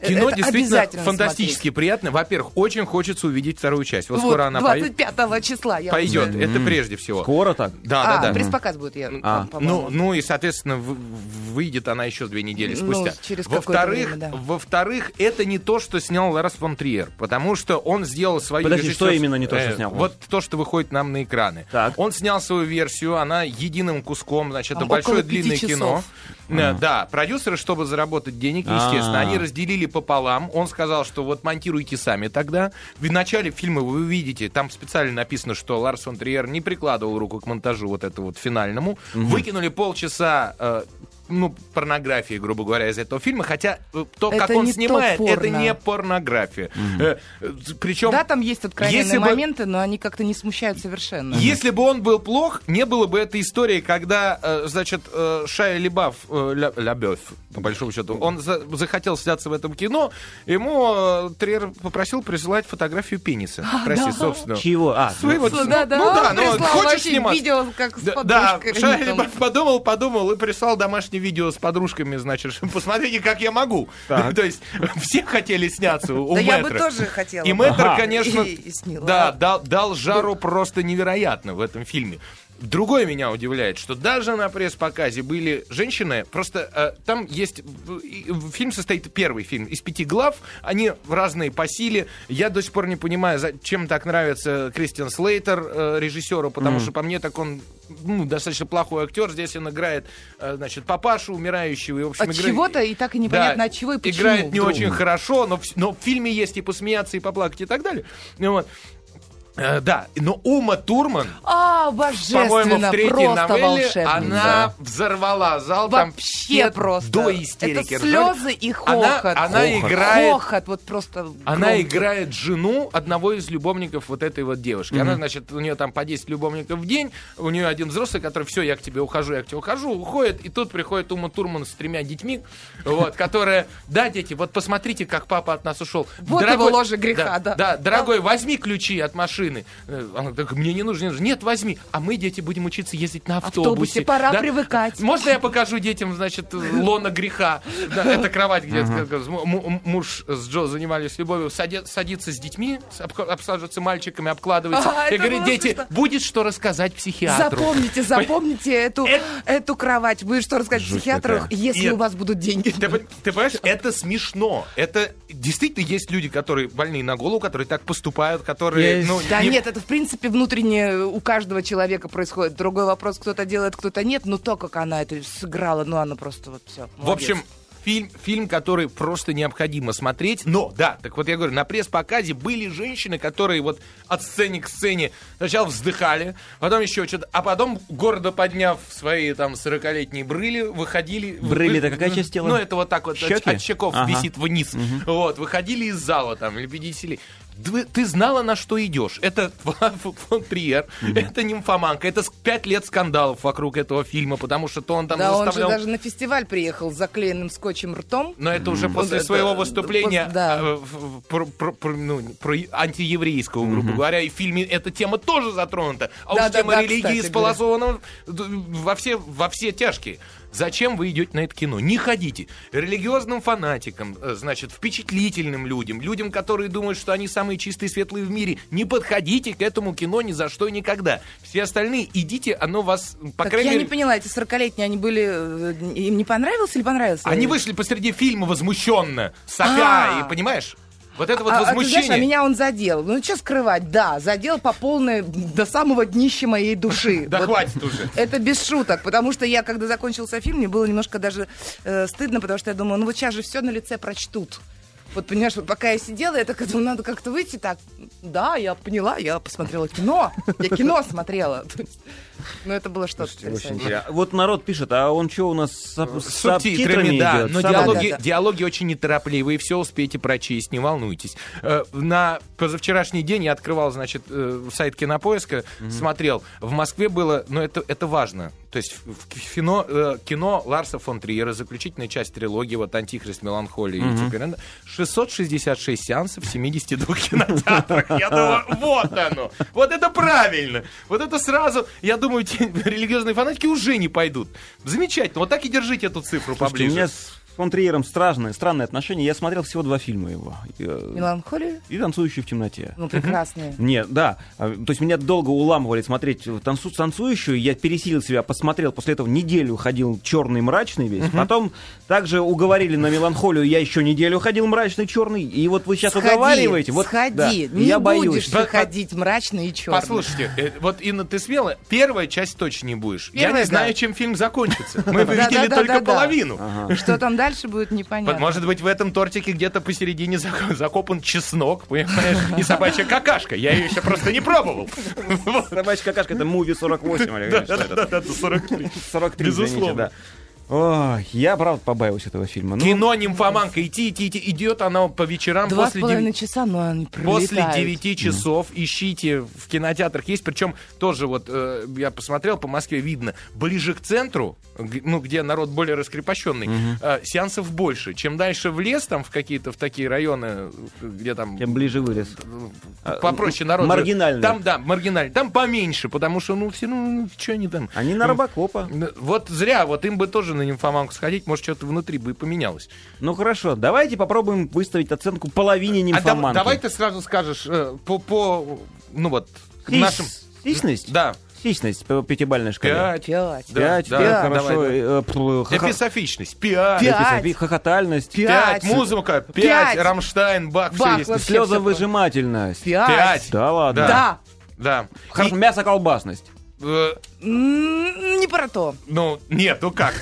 D: Э,
C: Кино
D: это
C: действительно
D: обязательно
C: фантастически приятное. Во-первых, очень хочется увидеть вторую часть. Вот, Ну,
D: смотреть. Вот,
C: скоро она пой-
D: 25 числа. я
C: пойдет.
D: уже-
C: Это прежде всего.
B: Скоро так?
C: Да,
D: А,
C: да, да.
D: пресс-показ будет, я,
B: А,
D: по-моему.
C: Ну, ну и, соответственно, в- в- выйдет она еще две недели
D: Ну,
C: спустя.
D: через какое-то
C: во-вторых,
D: время, да.
C: во-вторых, это не то, что снял Ларас фон Триер, потому что он сделал свою
B: Подожди,
C: режиссерскую-
B: что именно не то, что снял?
C: вот то, что выходит нам на экраны.
B: Так.
C: Он снял свою версию, она единым куском, значит, это
D: Там
C: большое
D: около пяти
C: длинное
D: часов.
C: кино. Э, Да, продюсеры, чтобы заработать денег, естественно,
B: А.
C: они разделили пополам. Он сказал, что вот монтируйте сами тогда. В начале фильма вы увидите, там специально написано, что Ларс фон Триер не прикладывал руку к монтажу вот это вот финальному. Выкинули полчаса э, ну, порнографии, грубо говоря, из этого фильма, хотя э, то,
D: Это
C: как он
D: не то
C: снимает, это
D: порно.
C: не порнография. Э, Причем...
D: Да, там есть откровенные
C: Если бы-
D: моменты, но они как-то не смущают совершенно.
C: Если бы он был плох, не было бы этой истории, когда, э, значит, э, Шайя Лебаф, э, Ля- Лябёв, по большому счету, он за- захотел сняться в этом кино, ему э, Триер попросил присылать фотографию пениса. Прости, собственно.
B: Чего? А,
C: Своего-
D: Ну да, да,
C: ну
D: он
C: да, ну,
D: прислал
C: хочешь
D: вообще
C: сниматься?
D: видео, как с
C: Да,
D: подружкой.
C: да, Шайя
D: там.
C: Лебаф подумал, подумал и прислал домашнее видео с подружками, значит, посмотрите, как я могу. То есть все хотели сняться у
D: Да я бы
C: мэтра.
D: тоже хотела.
C: И мэтр,
B: Ага.
C: конечно,
D: И- и сняла.
C: да, дал, дал жару просто невероятно в этом фильме. Другое меня удивляет, что даже на пресс-показе были женщины, просто э, там есть, в- и- в- фильм состоит, первый фильм, из пяти глав, они разные по силе, я до сих пор не понимаю, зачем так нравится Кристиан Слейтер э, режиссеру, потому что по мне так он ну, достаточно плохой актер, здесь он играет, э, значит, папашу умирающего, и, в общем,
D: От
C: игра-
D: чего-то и так и непонятно от чего и почему.
C: Играет не
D: вдруг.
C: очень хорошо, но, в- но в фильме есть и посмеяться, и поплакать, и так далее. Ну вот. Э, да, но Ума Турман,
D: А,
C: по-моему,
D: божественно,
C: в третьей
D: просто
C: новелле
D: волшебно.
C: она взорвала зал там
D: Вообще
C: все
D: просто.
C: до истерики.
D: Это
C: ржали.
D: слезы и хохот.
C: Она- она
D: Хохот.
C: играет-
D: Хохот, вот просто
C: Она
D: громкий.
C: играет жену одного из любовников вот этой вот девушки. Она, значит, у нее там по 10 любовников в день. У нее один взрослый, который все, я к тебе ухожу, я к тебе ухожу, уходит. И тут приходит Ума Турман с тремя детьми, вот, которая, да, дети, вот посмотрите, как папа от нас ушел.
D: Вот его ложе греха, да.
C: Да, дорогой, возьми ключи от машины. Э, Она так, мне не нужно, не нужно». Нет, возьми. А мы, дети, будем учиться ездить на автобусе.
D: автобусе, пора
C: Да.
D: привыкать.
C: Можно я покажу детям, значит, лона греха? Да, это кровать, где как- м- м- муж с Джо занимались любовью. Сади- Садится с детьми, с обк- обсаживается мальчиками, обкладывается.
D: А,
C: и
D: это
C: говорит,
D: было
C: дети,
D: смешно.
C: будет что рассказать психиатру.
D: Запомните, запомните эту, эту кровать. Вы что рассказать
B: Жуть
D: психиатру,
B: какая.
D: если
C: Нет.
D: у вас будут деньги?
C: Ты, пон- ты понимаешь, это смешно. Это действительно есть люди, которые больные на голову, которые так поступают, которые...
B: Есть.
C: ну,
D: Да
C: не-
D: нет, это в принципе внутренне у каждого человека происходит. Другой вопрос, кто-то делает, кто-то нет, но то, как она это сыграла, ну она просто вот все.
C: В общем, фильм, фильм, который просто необходимо смотреть. Но, да, так вот я говорю, на пресс-показе были женщины, которые вот от сцены к сцене сначала вздыхали, потом еще что-то, а потом, гордо подняв свои там 40-летние брыли, выходили...
B: Брыли
C: вы-
B: это какая часть тела?
C: Ну, это вот так вот от-
B: Щеки?
C: от щеков
B: Ага.
C: висит вниз. Вот, выходили из зала там, или победителей. Ты, ты знала, на что идешь. Это фон Триер, это нимфоманка, это с- пять лет скандалов вокруг этого фильма, потому что то он там
D: да, он же
C: заставлял
D: даже на фестиваль приехал с заклеенным скотчем ртом.
C: но это уже после
D: Это-
C: своего выступления
D: пос- да.
C: э, в- в- про- про- про, ну, про и- антиеврейского, грубо говоря, и в фильме эта тема тоже затронута. А
D: Да,
C: уж
D: да,
C: тема
D: да,
C: религии
D: кстати
C: сполосована д- во все, во все тяжкие. Зачем вы идете на это кино? Не ходите. Религиозным фанатикам, э, значит, впечатлительным людям, людям, которые думают, что они самые чистые и светлые в мире, не подходите к этому кино ни за что и никогда. Все остальные идите, оно вас, по
D: Так
C: крайней
D: я
C: мере...
D: не поняла, эти 40-летние, они были, э, им не понравилось или понравилось?
C: Они вышли посреди фильма возмущенно,
D: Э, А.
C: сопя, и понимаешь? Вот это вот
D: а, а ты знаешь, а
C: возмущение.
D: меня он задел. Ну, что скрывать, да, задел по полной, до самого днища моей души.
C: Да
D: Вот
C: хватит уже.
D: Это без шуток, потому что я, когда закончился фильм, мне было немножко даже э, стыдно, потому что я думала, ну вот сейчас же все на лице прочтут. Вот, понимаешь, вот пока я сидела, я так думаю, надо как-то выйти так. Да, я поняла, я посмотрела кино. Я кино смотрела. То есть, Ну, это было что-то потрясающее.
B: Я- Вот народ пишет, а он что у нас с, саб- с субтитрами
C: да,
B: идет?
C: но
B: Сам-
C: диалоги,
D: Да, да, да.
C: диалоги очень неторопливые, все успеете прочесть, не волнуйтесь. Э, На позавчерашний день я открывал, значит, э, сайт Кинопоиска, смотрел. В Москве было, но это, это важно. То есть в в кино, э, кино Ларса фон Триера, заключительная часть трилогии, вот «Антихрист», «Меланхолия» и теперь она, 666 сеансов в 72 кинотеатрах. Я думаю, вот оно, вот это правильно. Вот это сразу, я думаю, те религиозные фанатики уже не пойдут. Замечательно, вот так и держите эту цифру
B: Слушайте, у
C: поближе.
B: меня с фон Триером странные, странные отношения. Я смотрел всего два фильма его. И, э,
D: Меланхолия?
B: И «Танцующий в темноте».
D: Ну, прекрасные.
B: Нет, да. А, То есть меня долго уламывали смотреть э, танцу, танцующую. Я пересилил себя, посмотрел. После этого неделю ходил черный, мрачный весь. Потом также уговорили на меланхолию. Я еще неделю ходил мрачный, черный. И вот вы сейчас
D: Сходи,
B: уговариваете. Вот,
D: сходи,
B: да.
D: не
B: я
D: будешь
B: боюсь.
D: ты
C: По- по-
D: ходить мрачный и черный.
C: Послушайте, э, вот Инна, ты смелая, первая часть точно не будешь. Я
D: Первая,
C: не
D: да.
C: знаю, чем фильм закончится. Мы видели
D: Да-да-да-да-да.
C: только половину.
D: А. Что там дальше будет,
C: Вот,
D: непонятно.
C: Может быть, в этом тортике где-то посередине зак- закопан чеснок, понимаешь, и собачья какашка. Я ее еще просто не пробовал. Вот.
B: Собачья какашка, это муви 48. или что это?
C: Да-да-да, 43.
B: 43,
C: Безусловно.
B: извините, да. Ой, я, правда, побаиваюсь этого фильма. Ну,
C: Кино «Нимфоманка», идти, идти, идти. Идет она по вечерам
D: Два с
C: после девяти.
D: половиной часа, но они
C: После
D: пролетают.
C: 9 часов ищите в кинотеатрах. Есть, причем тоже вот э, я посмотрел, по Москве видно, ближе к центру, г- ну, где народ более раскрепощенный, э, сеансов больше. Чем дальше в лес, там, в какие-то, в такие районы, э, где там
B: тем ближе вырез.
C: э, попроще народ. живет,
B: а, маргинальные.
C: Там, да, маргинально. Там поменьше, потому что, ну, все, ну, что они там.
B: Они на Робокопа.
C: Н- Вот зря, вот им бы тоже на нимфоманку сходить, может, что-то внутри бы и поменялось.
B: Ну хорошо, давайте попробуем выставить оценку половине
C: А дав-
B: нимфоманки.
C: давай ты сразу скажешь э, по, по, ну вот, к
B: Сис-
C: нашим...
B: Сисность?
C: Да.
B: Сисность по пятибалльной шкале.
C: Пять.
D: Пять.
C: Да,
B: Пять,
C: да,
B: пять,
C: давай,
B: хорошо.
C: да.
B: э, пф, ха-
C: Эписофичность. Пять.
D: Пять.
B: эписофи- Хохотальность.
C: Пять.
D: Пять.
C: Музыка. Пять.
D: Пять.
C: Рамштайн, Бах.
D: Бах,
C: все есть.
D: вообще
B: Слезовыжимательность.
D: Пять.
C: Пять.
B: Да ладно.
D: Да.
C: Да.
B: Хорошо, мясо колбасность.
C: И, э,
D: М, Не про то.
C: ну, нет, ну как?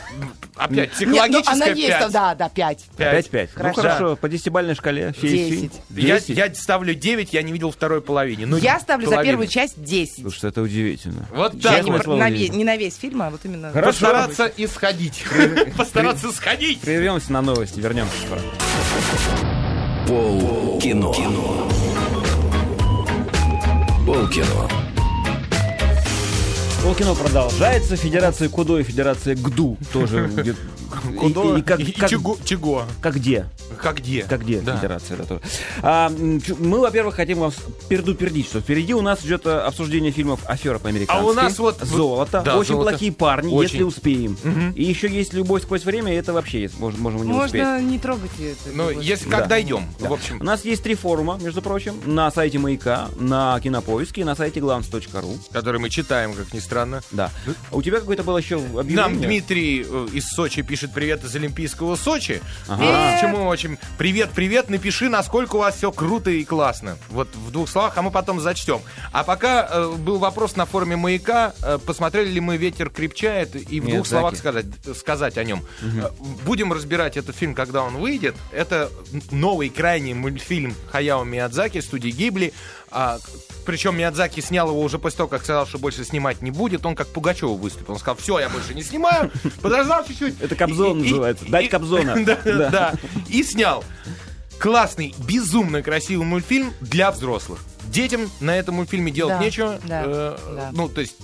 C: Опять
D: Нет, ну, она
C: психологическая
D: есть,
C: пять.
D: да, да, пять.
C: Пять.
B: 5-5. Ну
D: Хорошо.
B: хорошо, по десятибальной шкале.
D: Десять.
C: Я,
B: 10.
C: я ставлю 9, я не видел второй половине. Ну,
D: Я ставлю за
C: половину.
D: первую часть 10.
B: Слушай, это удивительно.
C: Вот
D: Я
C: так
D: не,
B: Честное
C: вот.
D: про-
B: слово,
D: на
B: Лиза.
D: ве- не на весь фильм, а вот именно.
B: Хорошо.
C: Постараться и сходить. Постараться сходить.
B: Прервемся на новости, вернемся скоро.
A: Пол кино. Пол кино.
B: Полкино продолжается. Федерация Кудо и Федерация ГДУ тоже. где- и-
C: Кудо
B: и как-
C: и
B: как-
C: чего- чего?
B: Как где?
C: Как где?
B: Как где
C: Да.
B: федерация? да, тоже. А, м, чу- мы, во-первых, хотим вам перду пердить, что впереди у нас идет э, обсуждение фильмов «Афера по-американски».
C: А у нас вот-
B: «Золото»,
C: да,
B: «Очень
C: «Золото».
B: плохие парни»,
C: Очень.
B: если успеем. И еще есть «Любовь сквозь время», и это вообще есть, мож- можем и не успеть.
D: Можно не трогать ее. это
C: Ну,
D: вот.
C: если как
B: Да.
C: дойдем, в
B: У
C: общем,
B: нас есть три форума, между прочим, на сайте «Маяка», на «Кинопоиске» и на сайте «Гланс.ру».
C: который мы читаем, как ни странно.
B: Да. А у тебя какое-то было еще объявление?
C: Нам Дмитрий э, из Сочи пишет привет из Олимпийского Сочи.
D: Привет.
C: К чему очень привет, привет, напиши, насколько у вас все круто и классно. Вот в двух словах, а мы потом зачтем. А пока э, был вопрос на форуме маяка, э, посмотрели ли мы ветер крепчает и в
B: Нет,
C: двух словах
B: Заки.
C: сказать, сказать о нем. Э, Будем разбирать этот фильм, когда он выйдет. Это н- новый крайний мультфильм Хаяо Миядзаки студии Гибли. А, причем Миядзаки снял его уже после того, как сказал, что больше снимать не будет. Он как Пугачев выступил. Он сказал, все, я больше не снимаю. Подождал чуть-чуть.
B: Это Кобзон
C: И- и-
B: называется. Дать
C: и-
B: Кобзона.
C: Да,
B: Да.
C: да. И снял классный, безумно красивый мультфильм для взрослых. Детям на этом мультфильме делать
D: Да,
C: нечего.
D: да,
C: Э,
D: да.
C: Ну, то есть,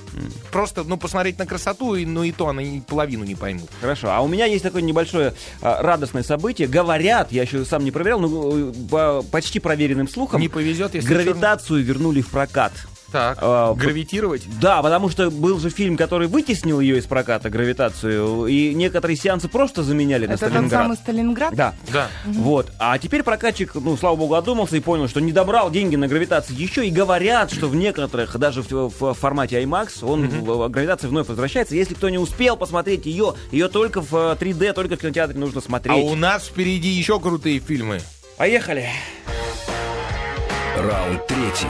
C: просто ну, посмотреть на красоту, и, ну и то они и половину не поймут.
B: Хорошо. А у меня есть такое небольшое а, радостное событие. Говорят, я еще сам не проверял, но э, по почти проверенным слухом.
C: Не повезет, если
B: Гравитацию вернули в прокат.
C: чёрный- Так,
B: А,
C: гравитировать.
B: Да, потому что был же фильм, который вытеснил ее из проката, гравитацию, и некоторые сеансы просто заменяли на
D: Это тот
B: Сталинград.
D: самый Сталинград?
B: Да.
C: Да.
B: Вот. А теперь прокатчик, ну, слава богу, одумался и понял, что не добрал деньги на гравитацию еще. И говорят, что в некоторых, даже в, в формате IMAX, он в- в гравитации вновь возвращается. Если кто не успел посмотреть ее, ее только в э, 3D, только в кинотеатре нужно
C: А
B: смотреть.
C: у нас впереди еще крутые фильмы.
B: Поехали.
A: Раунд третий.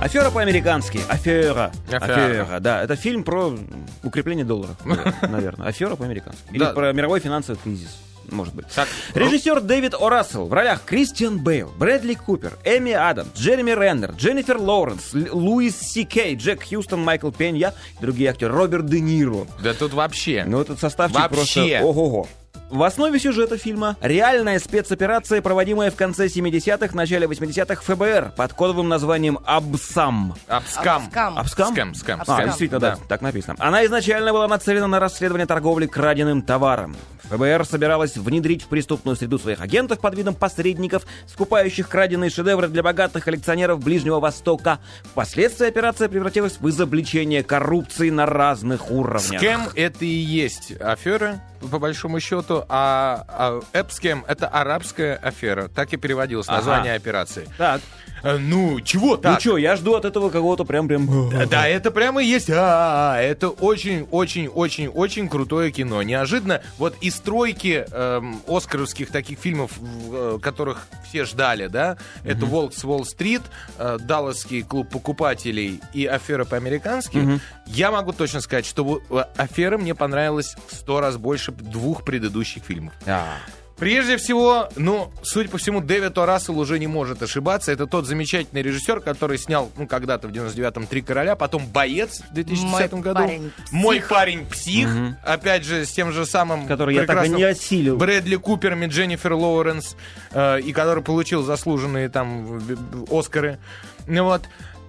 B: Афера по-американски. Афера.
C: Афера.
B: Да, это фильм про укрепление доллара, наверное. Афера по-американски. Или
C: Да.
B: про мировой финансовый кризис. Может быть.
C: Так.
B: Режиссер Дэвид О. Рассел в ролях Кристиан Бейл, Брэдли Купер, Эми Адамс, Джереми Реннер, Дженнифер Лоуренс, Л- Луис Си Кей, Джек Хьюстон, Майкл Пенья и другие актеры. Роберт Де Ниро.
C: Да тут вообще.
B: Ну, этот составчик
C: Вообще.
B: просто ого-го. В основе сюжета фильма реальная спецоперация, проводимая в конце 70-х, начале 80-х ФБР под кодовым названием «Абсам».
C: Обскам.
D: Обскам.
B: Абскам?
C: Скам, скам,
B: А,
D: Скам.
B: действительно, да. так написано. Она изначально была нацелена на расследование торговли краденым товаром. ФБР собиралась внедрить в преступную среду своих агентов под видом посредников, скупающих краденые шедевры для богатых коллекционеров Ближнего Востока. Впоследствии операция превратилась в изобличение коррупции на разных уровнях.
C: Скэм это и есть афера, по большому счету, а, а эпскэм это арабская афера. Так и переводилось
B: Ага.
C: название операции.
B: Так,
C: Э, Ну, чего
B: ну
C: так?
B: чё, я жду от этого кого-то прям-прям...
C: Да, это прямо и есть. А, это очень-очень-очень-очень крутое кино. Неожиданно, вот из тройки эм, оскаровских таких фильмов, в, э, которых все ждали, да, это «Волк с Уолл-стрит», э, «Далласский клуб покупателей» и «Афера по-американски», я могу точно сказать, что э, «Афера» мне понравилась в сто раз больше двух предыдущих фильмов.
B: А,
C: Прежде всего, ну, судя по всему, Дэвид О. Рассел уже не может ошибаться. Это тот замечательный режиссер, который снял, ну, когда-то в 99-м «Три короля», потом «Боец» в 2010
D: Мой
C: году.
D: парень псих.
C: «Мой парень псих». Опять же, с тем же самым
B: а, Который я так и
C: прекрасным
B: не осилил.
C: Брэдли Купером и Дженнифер Лоуренс, э, и который получил заслуженные там в- в- Оскары. Ну вот.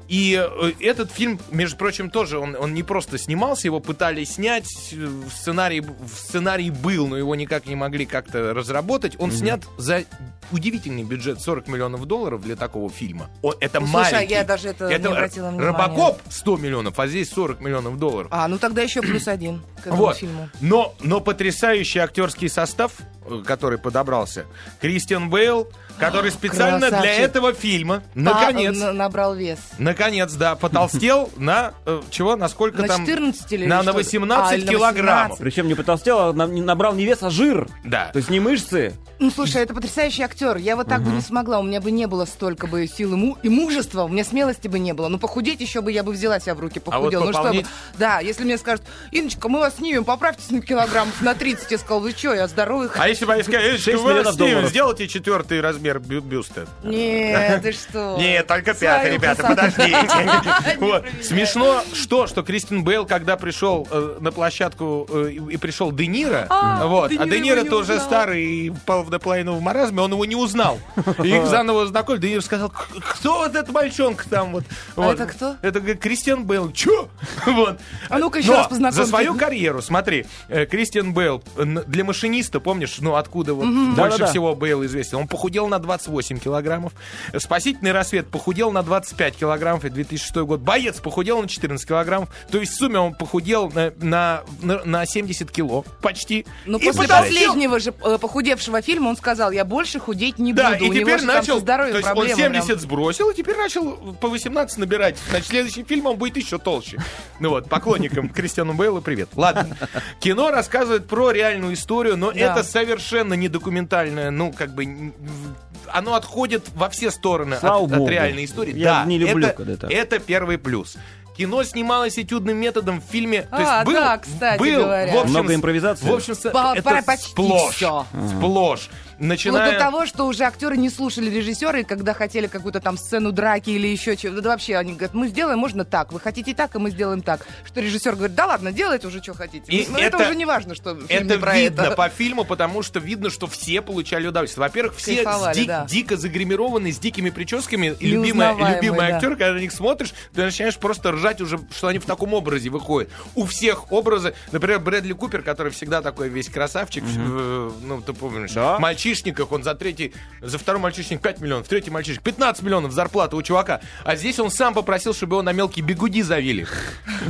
C: И э, этот фильм, между прочим, тоже, он, он не просто снимался, его пытались снять, э, в сценарии, в сценарии был, но его никак не могли как-то разработать. Он снят за удивительный бюджет 40 миллионов долларов для такого фильма. О, это
D: Слушай, а
C: маленький.
D: я даже это не обратила внимания.
C: Робокоп 100 миллионов, а здесь 40 миллионов долларов.
D: А, ну тогда еще плюс один к этому
C: Вот.
D: фильму.
C: Но, но потрясающий актерский состав. э, который подобрался, Кристиан Бейл, который специально для
D: красавчик.
C: этого фильма,
D: Па-
C: наконец,
D: на- набрал вес.
C: наконец, да, потолстел на э, чего, насколько
D: На
C: там...
D: 14 или
C: на,
D: что
C: на
D: это?
C: 18
D: А, на
C: килограммов.
D: 18.
E: Причем не потолстел, а на- не- набрал не вес, а жир.
C: Да.
E: То есть не мышцы.
D: Ну, слушай, это потрясающий актер. Я вот так бы не смогла. У меня бы не было столько бы сил и, му- и мужества. У меня смелости бы не было. Ну, похудеть еще бы я бы взяла себя в руки,
C: А вот
D: похудела. ну,
C: пополнить?
D: бы- Да, если мне скажут, Иночка, мы вас снимем, поправьтесь на килограммов на 30. Я сказала, вы что, я здоровый.
C: А если бы они сказали, «Эй,
E: Шесть
C: вы
E: миллионов
C: с ним
E: долларов.
C: сделайте четвертый размер бю- бюста.
D: Нет, ты что?
C: Нет, только
D: Свою
C: пятый, ребята,
D: красоту.
C: подождите.
D: Не
C: Вот.
D: проверяй.
C: Смешно, что, что Кристин Бейл, когда пришел э, на площадку э, и и пришел Де Ниро,
D: А,
C: вот,
D: Де
C: а
D: Ниро
C: Де
D: его
C: Ниро
D: не
C: тоже
D: узнал.
C: старый и впал в наполовину в маразме, он его не узнал. И их заново знакомили. Де Ниро сказал, «К- кто вот этот мальчонка там вот?
D: А
C: Вот.
D: это кто?
C: Это говорит, Кристиан Бейл. Чё? Вот.
D: А ну-ка еще
C: Но
D: раз познакомься.
C: За свою карьеру, смотри, э, Кристиан Бейл э, н- для машиниста, помнишь, ну откуда вот больше
E: Да-да-да.
C: всего Бейл известен, он похудел на 28 килограммов. Спасительный рассвет похудел на 25 килограммов и 2006 год. Боец похудел на 14 килограммов. То есть в сумме он похудел на, на, на- на 70 кило почти.
D: Ну,
C: И
D: после
C: потолстел.
D: последнего же э, похудевшего фильма он сказал, я больше худеть не
C: Да,
D: буду.
C: и
D: У него
C: теперь
D: же там
C: начал,
D: со здоровьем
C: то есть он
D: проблемы
C: 70
D: прям.
C: сбросил, и теперь начал по 18 набирать. Значит, следующий фильм он будет еще толще. Ну вот, поклонникам Кристиану Бейлу привет. Ладно. Кино рассказывает про реальную историю, но
D: Да.
C: это совершенно не документальное, ну, как бы... н- в- Оно отходит во все стороны от,
E: Слава
C: от
E: богу.
C: реальной истории.
E: Я
C: да,
E: не люблю,
C: это,
E: когда так.
C: это первый плюс. Кино снималось этюдным методом в фильме. то есть
D: А,
C: был,
D: да, кстати
C: был,
D: говоря.
C: В
B: а
C: общем,
E: Много импровизации?
C: В общем, с-
D: По-
C: это
D: почти
C: сплошь.
D: всё.
C: Сплошь.
D: Вплоть
C: Начиная...
D: до того, что уже актеры не слушали режиссера, и когда хотели какую-то там сцену драки или еще чего-то, да вообще они говорят, мы сделаем, можно так, вы хотите так, и мы сделаем так. Что режиссер говорит, да ладно, делайте уже, что хотите.
C: И
D: Ну,
C: это-
D: это, уже не важно, что в фильме
C: Это
D: про
C: видно
D: это.
C: по фильму, потому что видно, что все получали удовольствие. Во-первых, все с
D: Кайфовали,
C: ди-
D: да.
C: дико загримированы, с дикими прическами. И любимая,
D: Неузнаваемые,
C: любимый
D: да.
C: актер, когда на них смотришь, ты начинаешь просто ржать уже, что они в таком образе выходят. У всех образы. Например, Брэдли Купер, который всегда такой весь красавчик. э, ну, ты помнишь.
E: Да.
C: В «Мальчишниках» он за третий, за второй мальчишник 5 миллионов, третий мальчишник 15 миллионов зарплата у чувака. А здесь он сам попросил, чтобы его на мелкие бегуди завили.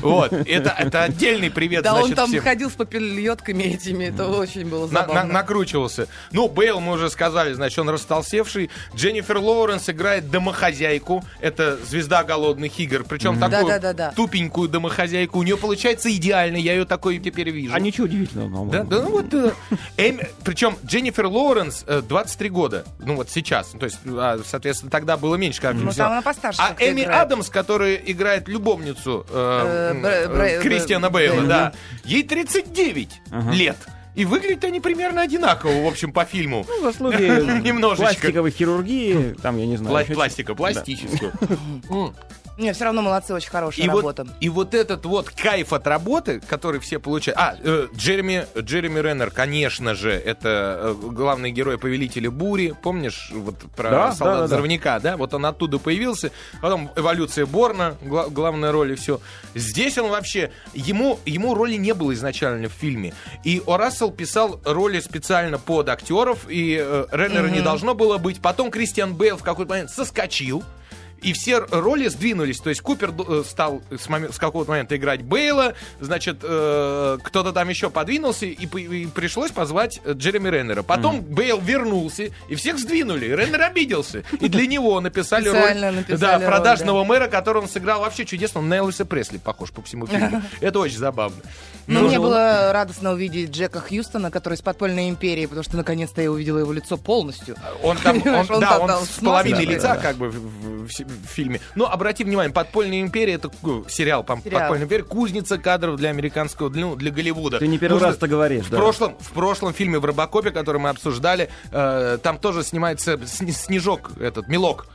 C: Вот. Это, это отдельный привет,
D: Да
C: значит,
D: он там
C: всем.
D: ходил с попельотками этими, это очень было
C: На- на-
D: забавно.
C: накручивался. Ну, Бейл, мы уже сказали, значит, он растолстевший. Дженнифер Лоуренс играет домохозяйку. Это звезда голодных игр. Причем такую
D: Да-да-да-да.
C: тупенькую домохозяйку. У нее получается идеально. Я ее такой теперь вижу.
E: А ничего удивительного, по-моему.
C: Да, да, ну вот. э, Эми- причем Дженнифер Лоуренс э, 23 года. Ну вот сейчас. Ну, То есть, а, соответственно, тогда было меньше, когда фильм
D: Ну,
C: снял.
D: там она постарше
C: А
D: как-то
C: Эми
D: играет.
C: Адамс, которая играет любовницу э,
D: Э,
C: м,
D: Брэ-
C: э,
D: Брэ-
C: Кристиана
D: Брэ-
C: Бейла,
D: Бэйла.
C: да. Ей 39 лет. И выглядят они примерно одинаково, в общем, по фильму.
E: Ну, заслуги
C: Немножечко.
E: пластиковой хирургии, там, я не
B: Ну,
E: знаю.
C: Пла-
E: еще
C: пластика, пластическую. М.
D: Не, все равно молодцы, очень хорошая
C: И вот,
D: работа.
C: и вот этот вот кайф от работы, который все получают. А, э, Джереми, Джереми Реннер, конечно же, это э, главный герой повелителя бури. Помнишь, вот про
E: Да, да,
C: солдат
E: да, да.
C: взрывника, да. Вот он оттуда появился. Потом эволюция Борна, гла- главная роль и все. Здесь он вообще. Ему, ему роли не было изначально в фильме. И О. Рассел писал роли специально под актеров, и э, Реннера не должно было быть. Потом Кристиан Бейл в какой-то момент соскочил. И все роли сдвинулись. То есть Купер э, стал с, момен- с какого-то момента играть Бейла, значит, э, кто-то там еще подвинулся, и, п- и пришлось позвать э, Джереми Реннера. Потом Бейл вернулся, и всех сдвинули. Реннер обиделся. И для него написали
D: Специально
C: роль
D: написали
C: да,
D: роль,
C: продажного мэра, которого он сыграл вообще чудесно. Он на Элвиса Пресли похож по всему фильму. Это очень забавно.
D: Но
C: Ну,
D: мне
C: он-
D: было радостно увидеть Джека Хьюстона, который из подпольной империи, потому что наконец-то я увидела его лицо полностью.
C: Он там, он,
D: Понимаешь, он
C: да,
D: там
C: он
D: дал
C: с половиной
D: смазку.
C: лица, как бы, в, в- в се- в фильме. Но обрати внимание, «Подпольная империя» — это ку- сериал, по-
D: Сериал.
C: «Подпольная империя», кузница кадров для американского, ну, для Голливуда.
E: Ты не первый
C: Нужно-
E: раз это говоришь,
C: В
E: да.
C: прошлом, в прошлом фильме в «Робокопе», который мы обсуждали, э, там тоже снимается сни- Снежок, этот, Милок.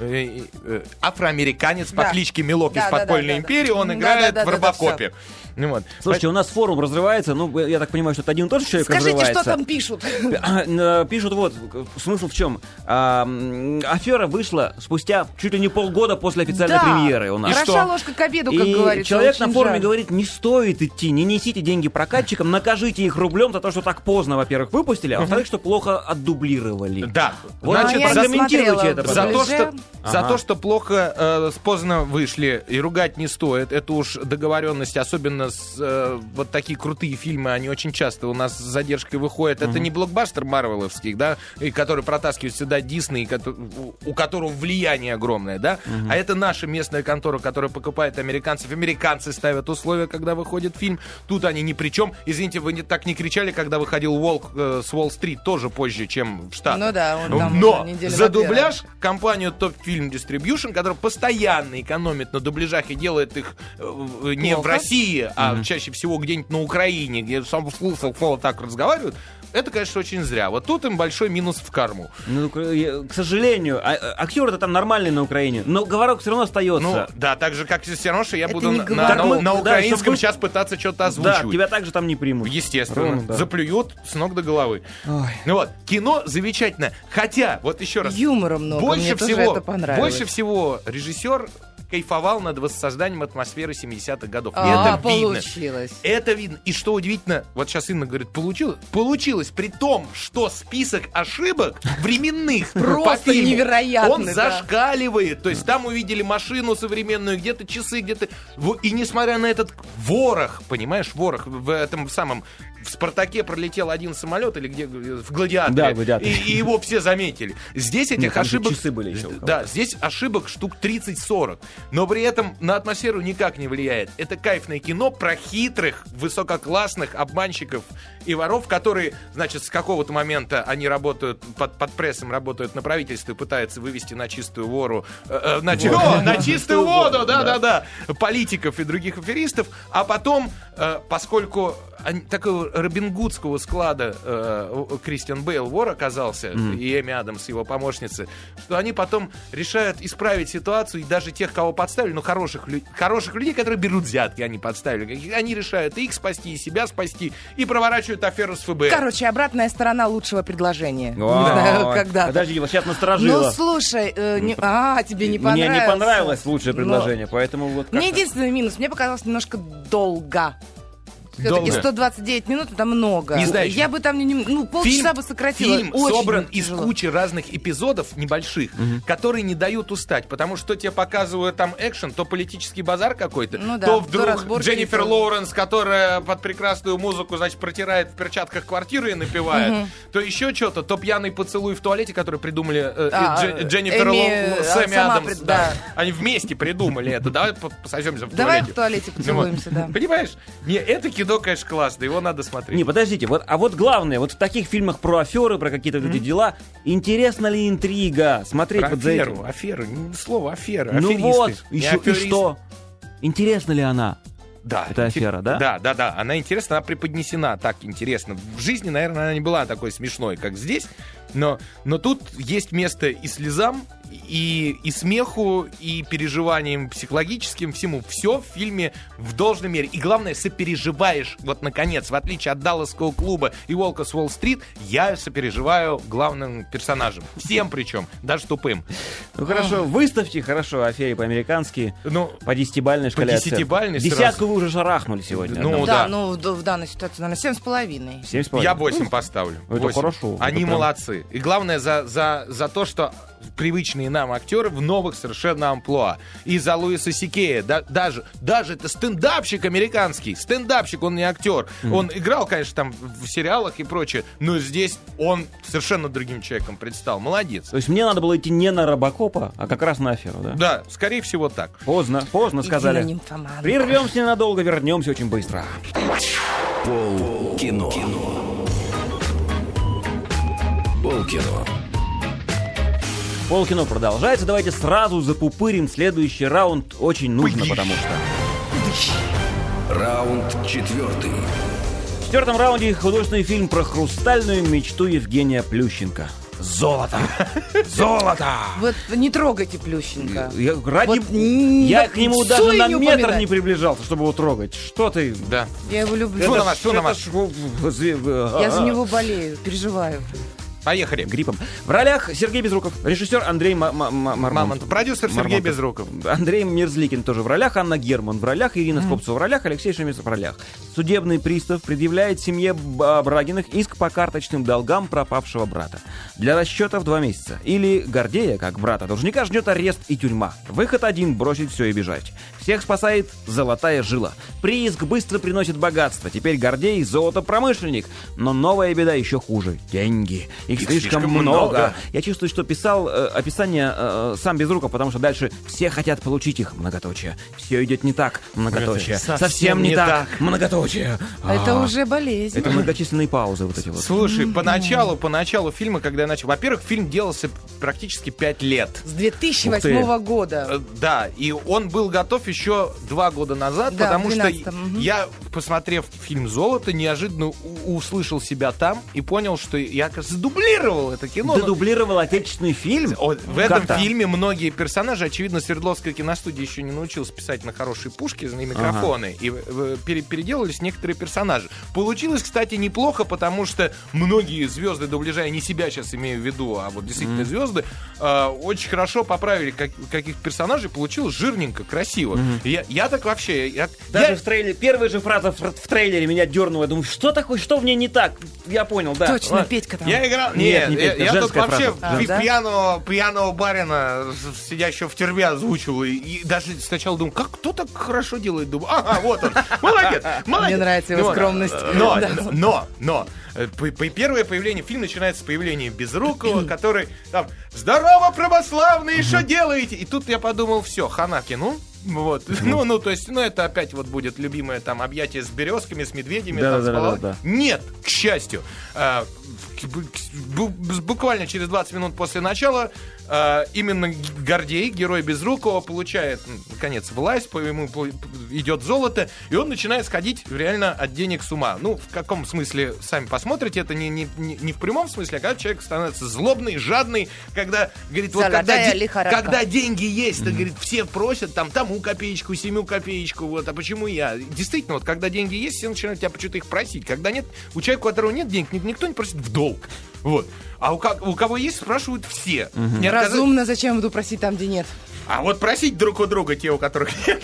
C: Э, и, э, Афроамериканец по
D: Да.
C: кличке Милок
D: Да,
C: из
D: да, да,
C: «Подпольной
D: да, да.
C: империи», он
D: Да,
C: играет
D: да, да,
C: в
D: да, да,
C: «Робокопе». Ну вот.
E: Слушайте, у нас форум разрывается, ну, я так понимаю, что это один и тот же человек
D: Скажите,
E: разрывается.
D: что там пишут.
E: Э, Пишут вот, к- смысл в чем? А, м, афера вышла спустя чуть ли не полгода после официальной
D: Да.
E: премьеры у нас.
D: Хороша
C: что?
D: ложка к обеду, как
E: И
D: говорится.
E: человек на
D: очень
E: форуме
D: жаль.
E: говорит, не стоит идти, не несите деньги прокатчикам, накажите их рублем за то, что так поздно, во-первых, выпустили, а во-вторых, что плохо отдублировали.
C: Да.
E: Вот, значит,
D: Значит, А я не
E: прокомментируйте
D: смотрела
E: это,
C: За
E: пожалуйста.
C: то,
D: Ближе.
C: что, За
B: Ага.
C: то, что плохо э, поздно вышли, и ругать не стоит. Это уж договоренность, особенно с э, вот такие крутые фильмы, они очень часто у нас с задержкой выходят. Это не блокбастер марвеловский, да, и который протаскивает сюда Дисней, кото- у у которого влияние огромное, да. А это наша местная контора, которая покупает американцев. Американцы ставят условия, когда выходит фильм. Тут они ни при чем. Извините, вы не- так не кричали, когда выходил Волк э, с Уолл-стрит тоже позже, чем в Штатах.
D: Ну да, он там
C: Но
D: уже неделю
C: за
D: во-первых.
C: дубляж компанию Top Film Distribution, которая постоянно экономит на дубляжах и делает их э, в- не в
D: Плохо.
C: России, а чаще всего где-нибудь на Украине, где сам флот так разговаривают, это, конечно, очень зря. Вот тут им большой минус в карму.
B: Ну, к- я- к сожалению, а- а- актер-то там нормальный на Украине, но говорок все равно
C: Ну,
B: остается.
C: да, так же, как и все равно, что я
D: Это
C: буду
D: не
C: на, на-
D: говорок.
C: на- на
B: Да,
C: украинском
B: чтобы-
C: сейчас пытаться что-то
B: да,
C: озвучивать.
B: тебя также там не примут.
C: Естественно,
B: Ровно, да.
C: заплюют с ног до головы. Ну вот, кино замечательно. Хотя, вот еще раз,
D: Юмора много,
C: больше
D: мне тоже
C: всего,
D: это понравилось.
C: больше всего режиссер кайфовал над воссозданием атмосферы 70-х годов.
D: А,
C: это видно.
D: получилось.
C: Это видно. И что удивительно, вот сейчас Инна говорит, получилось. Получилось, при том, что список ошибок временных по
D: Просто
C: фильму,
D: невероятный,
C: он
D: да.
C: зашкаливает. То есть там увидели машину современную, где-то часы, где-то... Во- И несмотря на этот ворох, понимаешь, ворох в этом самом... В «Спартаке» пролетел один самолет или где в «Гладиаторе».
B: Да, в «Гладиаторе».
C: И, и его все заметили. Здесь этих
B: Нет, Ну, там же
C: ошибок...
B: часы были еще у кого-то.
C: Да, здесь ошибок штук 30-40. Но при этом на атмосферу никак не влияет. Это кайфное кино про хитрых, высококлассных обманщиков и воров, которые, значит, с какого-то момента они работают под, под прессом, работают на правительстве, пытаются вывести на чистую вору, э, э, на, чи- О, на чистую воду, да-да-да, политиков и других аферистов, а потом, э, поскольку они- такого робингудского склада э, у- Кристиан Бейл вор оказался, и Эми Адамс, его помощница, что они потом решают исправить ситуацию, и даже тех, кого подставили, ну, хороших, лю- хороших людей, которые берут взятки, они подставили, они решают и их спасти, и себя спасти, и проворачивают аферу с ФБР.
D: Короче, обратная сторона лучшего предложения.
B: Вау.
D: Не знаю, когда.
B: Подожди, Ну, вот сейчас
D: Ну,
B: насторожило.
D: слушай, э, не- а, тебе не Ну, понравилось.
B: Мне не понравилось лучшее
D: Но-
B: предложение, поэтому вот
D: Мне
B: как-то-
D: единственный минус, мне показалось немножко долго. Все-таки
C: Долго.
D: 129 минут это много.
C: Не знаю,
D: Я бы там не, не- ну, полчаса бы сократила.
C: Фильм
D: Очень
C: собран
D: было
C: из
D: тяжело.
C: кучи разных эпизодов небольших, которые не дают устать, потому что тебе показывают там экшен, то политический базар какой-то,
D: Ну да,
C: то
D: то
C: вдруг
D: разборки
C: Дженнифер
D: и то-
C: Лоуренс, которая под прекрасную музыку, значит, протирает в перчатках квартиру и напевает, то еще что-то, то пьяный поцелуй в туалете, который придумали э, и
D: А,
C: Дже- Дженнифер
D: Эми,
C: Лоуренс с
D: а,
C: Эми
D: сама
C: Адамс.
D: прид-
C: да.
D: да.
C: Они вместе придумали это. Давай по- пососемся в
D: Давай
C: туалете.
D: в туалете
C: Ну вот.
D: поцелуемся, да.
C: Понимаешь? Не, это кино, конечно, классно, его надо смотреть.
B: Не, подождите, вот, а вот главное, вот в таких фильмах про аферы, про какие-то вот эти дела, интересна ли интрига? Смотреть
C: Про
B: вот за
C: аферу,
B: этим.
C: аферу, не- слово афера,
B: Ну
C: аферисты.
B: вот,
C: Не
B: еще и
C: аферисты.
B: что? Интересна ли она?
C: Да.
B: Это афера, да?
C: Да, да, да. Она интересна, она преподнесена так интересно. В жизни, наверное, она не была такой смешной, как здесь, но, но тут есть место и слезам, и, и смеху, и переживаниям психологическим, всему. Все в фильме в должной мере. И главное, сопереживаешь, вот, наконец, в отличие от Далласского клуба и Волка с Уолл-стрит, я сопереживаю главным персонажам. Всем причем, даже тупым.
B: Ну хорошо, выставьте, хорошо, аферы по-американски.
C: Ну,
B: По десятибальной шкале. оценки.
C: десятибальной сразу.
B: Десятку вы уже шарахнули сегодня.
C: Ну,
B: одному.
D: да,
C: да.
D: ну в, в данной ситуации, наверное, семь с половиной.
B: Семь с половиной.
C: Я 8 поставлю.
B: Ну, Это
C: Восемь.
B: хорошо.
C: Они
B: Это прям-
C: молодцы. И главное за, за, за то, что привычные нам актеры в новых совершенно амплуа. И за Луиса Сикея. Да- даже, даже это стендапщик американский. Стендапщик, он не актер. Он играл, конечно, там в сериалах и прочее, но здесь он совершенно другим человеком предстал. Молодец.
B: То есть мне надо было идти не на Робокопа, а как раз на аферу, да?
C: Да, скорее всего так.
B: Поздно, поздно сказали.
D: Иди на нимфоманку.
B: Прервемся ненадолго, вернемся очень быстро.
A: Пол кино. Пол кино.
B: Полкино продолжается. Давайте сразу запупырим следующий раунд. Очень нужно,
C: Пыщ.
B: потому что...
A: Раунд четвертый.
B: В четвертом раунде художественный фильм про хрустальную мечту Евгения Плющенко. Золото! Золото!
D: Вот не трогайте Плющенко.
B: Я, ради...
D: Вот н-
B: я
D: вот
B: к нему
D: псу
B: даже
D: и
B: на
D: не
B: метр
D: упоминай.
B: не приближался, чтобы его трогать. Что ты?
C: Да.
D: Я его люблю.
C: Фу на
B: Это
C: вас,
B: ж-
C: фу на
B: это
C: вас.
B: ж-
D: Я за него болею, переживаю.
C: Поехали.
B: а, гриппом. В ролях Сергей Безруков, режиссер Андрей Ма- Ма- Ма- Мармонтов.
C: Мамонт. Продюсер Сергей
B: Мармонтов.
C: Безруков.
B: Андрей Мерзликин тоже в ролях, Анна Герман в ролях, Ирина Скопцева в ролях, Алексей Шемец в ролях. Судебный пристав предъявляет семье Б- а, Брагиных иск по карточным долгам пропавшего брата. Для расчетов два месяца. Или Гордея, как брата должника, ждет арест и тюрьма. Выход один – бросить все и бежать. Всех спасает золотая жила. Прииск быстро приносит богатство. Теперь Гордей – золотопромышленник. Но новая беда еще хуже – деньги. Их, слишком,
C: слишком много.
B: много. Я чувствую, что писал э, описание э, сам без рука, потому что дальше все хотят получить их многоточие. Все идет не так, многоточие. Совсем, не,
C: не
B: так, многоточие.
D: Это
B: А,
D: уже болезнь.
B: Это многочисленные паузы вот эти вот.
C: Слушай, поначалу, поначалу фильма, когда я начал... Во-первых, фильм делался практически пять лет.
D: С
B: Ух
D: 2008 года.
C: Э, Да, и он был готов еще два года назад,
D: Да,
C: потому
D: в
C: что
D: 12-м, мгм.
C: я, посмотрев фильм «Золото», неожиданно у- услышал себя там и понял, что я, оказывается, дублировал это кино.
B: Ты
C: но-
B: дублировал отечественный фильм?
C: О, в этом
B: Как-то.
C: фильме многие персонажи, очевидно, Свердловская киностудия еще не научилась писать на хорошие пушки на микрофоны. И э, пере- переделались некоторые персонажи. Получилось, кстати, неплохо, потому что многие звезды дубляжа, я не себя сейчас имею в виду, а вот действительно звезды, э, очень хорошо поправили как- каких-то персонажей. Получилось жирненько, красиво. Я, я так вообще... я-
B: Даже
C: я-
B: в трейлере, первая же фраза в, в трейлере меня дернула. Я думаю, что такое, что в ней не так? Я понял, да.
D: Точно,
B: ладно.
D: Петька там.
C: Я играл...
B: Нет,
C: Нет,
B: не
C: я,
B: песня,
C: я тут
B: женская
C: вообще
B: фраза.
D: А,
C: пи-
D: да?
C: пьяного, пьяного барина, с- сидящего в тюрьме, озвучивал. И, и даже сначала думал, как кто так хорошо делает? Думаю, ага, вот он. Молодец, молодец.
D: Мне нравится его
C: Вот.
D: скромность.
C: Но,
D: Да.
C: но, но, э, п- п- первое появление, фильм начинается с появления Безрукова, который там «Здорово, православные, что делаете?» И тут я подумал, все, хана кину. Вот. Ну, ну, то есть, ну, это опять вот будет любимое там объятие с березками, с медведями,
B: Да,
C: там,
B: да,
C: с
B: да, да,
C: полами.
B: да.
C: Нет, к счастью. А, к- бу- к- бу- Буквально через 20 минут после начала а, именно Г- Гордей, герой Безрукова, получает, м, наконец, власть, по ему пл- идет золото, и он начинает сходить реально от денег с ума. Ну, в каком смысле, сами посмотрите, это не, не, не- не в прямом смысле, а когда человек становится злобный, жадный, когда, говорит, вот когда,
D: Золотая
C: де-
D: лихорадка.
C: когда деньги есть, то, говорит, все просят там тому копеечку, семью копеечку, вот, а почему я? Действительно, вот когда деньги есть, все начинают тебя почему-то их просить. Когда нет, у человека, у которого нет денег, ни- никто не просит в долг. Вот. А у, ко- у кого есть, спрашивают все. Не отказать-
D: Разумно, зачем я буду просить там, где нет?
C: А вот просить друг у друга те, у которых нет.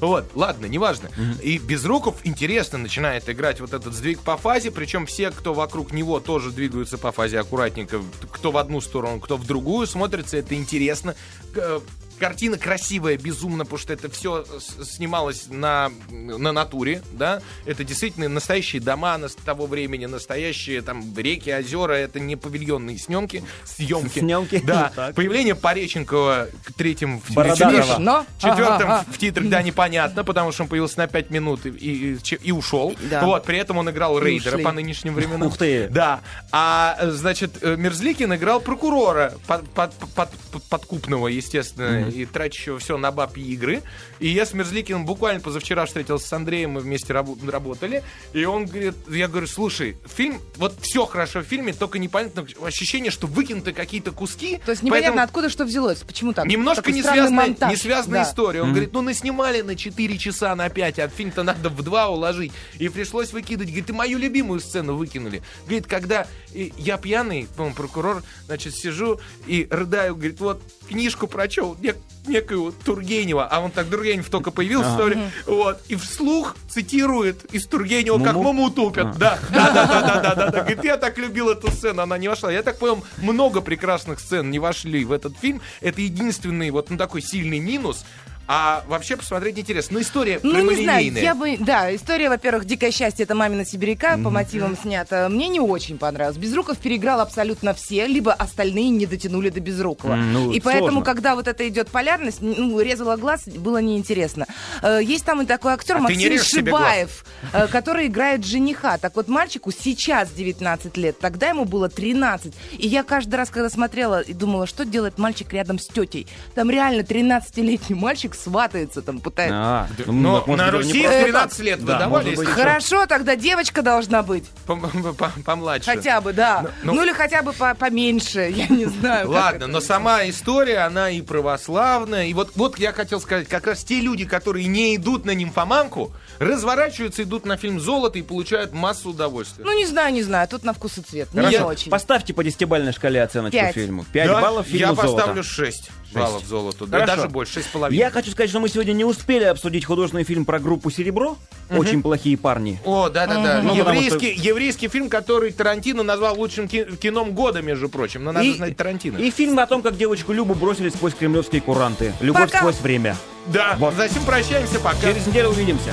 C: Вот, ладно, неважно. И Безруков интересно начинает играть вот этот сдвиг по фазе, причем все, кто вокруг него, тоже двигаются по фазе аккуратненько, кто в одну сторону, кто в другую, смотрится это интересно. К- э, Картина красивая, безумно, потому что это все снималось на, на натуре, да. Это действительно настоящие дома нас- того времени, настоящие там реки, озера. Это не павильонные снимки, съемки.
B: Съемки.
C: Да.
B: Так.
C: Появление Пореченкова к третьим в
B: Бородатого.
C: Четвертым-
D: Но?
C: Четвертым
D: Ага,
C: в титрах, да, непонятно, потому что он появился на 5 минут и, и- и- и ушел.
D: Да.
C: Вот, при этом он играл рейдера
D: ушли.
C: по нынешним временам.
B: Ух ты.
C: Да. А, э, значит, э, Мерзликин играл прокурора под- под- под- под- подкупного, естественно, и тратящего все на бабьи игры. И я с Мерзликиным буквально позавчера встретился с Андреем, мы вместе рабо- работали. И он говорит, я говорю, слушай, фильм, вот все хорошо в фильме, только непонятно, ощущение, что выкинуты какие-то куски.
D: То есть непонятно,
C: поэтому-
D: откуда что взялось. Почему Ну, так?
C: Немножко
D: Такой
C: не
D: странный
C: связанная,
D: монтаж.
C: не связанная
D: Да.
C: история. Он говорит, ну наснимали на 4 часа, на 5, а фильм-то надо в 2 уложить. И пришлось выкидывать. Говорит, и мою любимую сцену выкинули. Говорит, когда э, я пьяный, по-моему, прокурор, значит, сижу и рыдаю. Говорит, вот книжку прочел нек- некую Тургенева, а он так Тургенев только появился, что ли, вот, и вслух цитирует из Тургенева, как
B: Муму?
C: маму
B: А.
C: тупят, да, да, да, да, да, да, да, да, говорит, я так любил эту сцену, она не вошла, я так понял, много прекрасных сцен не вошли в этот фильм, это единственный вот, ну, такой сильный минус, а вообще посмотреть интересно. Ну, история
D: Ну, не знаю,
C: прямолинейная.
D: я бы... Да, история, во-первых, «Дикое счастье» — это «Мамина сибиряка» по мотивам снята. Мне не очень понравилось. Безруков переиграл абсолютно все, либо остальные не дотянули до Безрукова.
B: М, ну,
D: и поэтому,
B: сложно.
D: когда вот это идет полярность, ну, резала глаз, было неинтересно. Э, Есть там и такой актер
C: А ты не
D: Максим
C: режь себе глаз?
D: Шибаев, э, который играет жениха. Так вот, мальчику сейчас 19 лет, тогда ему было 13. И я каждый раз, когда смотрела и думала, что делает мальчик рядом с тетей. Там реально 13-летний мальчик мальчик сватается, там пытается.
B: А, ну,
C: Но
B: так, может
C: на
B: быть, он не
C: Руси в
B: прав.
D: просто-
C: 13 лет
B: Да,
C: выдавали,
B: может быть,
C: если
D: Хорошо, тогда девочка должна быть.
C: пом- пом- помладше.
D: Хотя бы, да.
C: ну-
D: Ну, или хотя бы по- поменьше, я не знаю. как
C: Ладно,
D: это.
C: но сама история, она и православная. И вот, вот я хотел сказать, как раз те люди, которые не идут на нимфоманку, разворачиваются, идут на фильм «Золото» и получают массу удовольствия.
D: Ну, не знаю, не знаю, тут на вкус и цвет. Не
B: Хорошо,
D: очень.
B: поставьте по десятибалльной шкале оценочку
D: Пять.
B: фильму. 5
C: Да,
B: баллов фильму
C: Я
B: «Золото».
C: поставлю 6, баллов «Золоту». Да,
B: Хорошо.
C: даже больше, 6,5.
B: Я хочу сказать, что мы сегодня не успели обсудить художественный фильм про группу «Серебро». Очень плохие парни.
C: О, да-да-да.
B: Ну, потому
C: еврейский, еврейский фильм, который Тарантино назвал лучшим ки- кином года, между прочим. Но надо знать Тарантино.
B: и фильм о том, как девочку Любу бросили сквозь кремлевские куранты. Любовь
D: Пока.
B: сквозь время.
C: Да,
B: Вот.
C: затем прощаемся, пока.
B: Через неделю увидимся.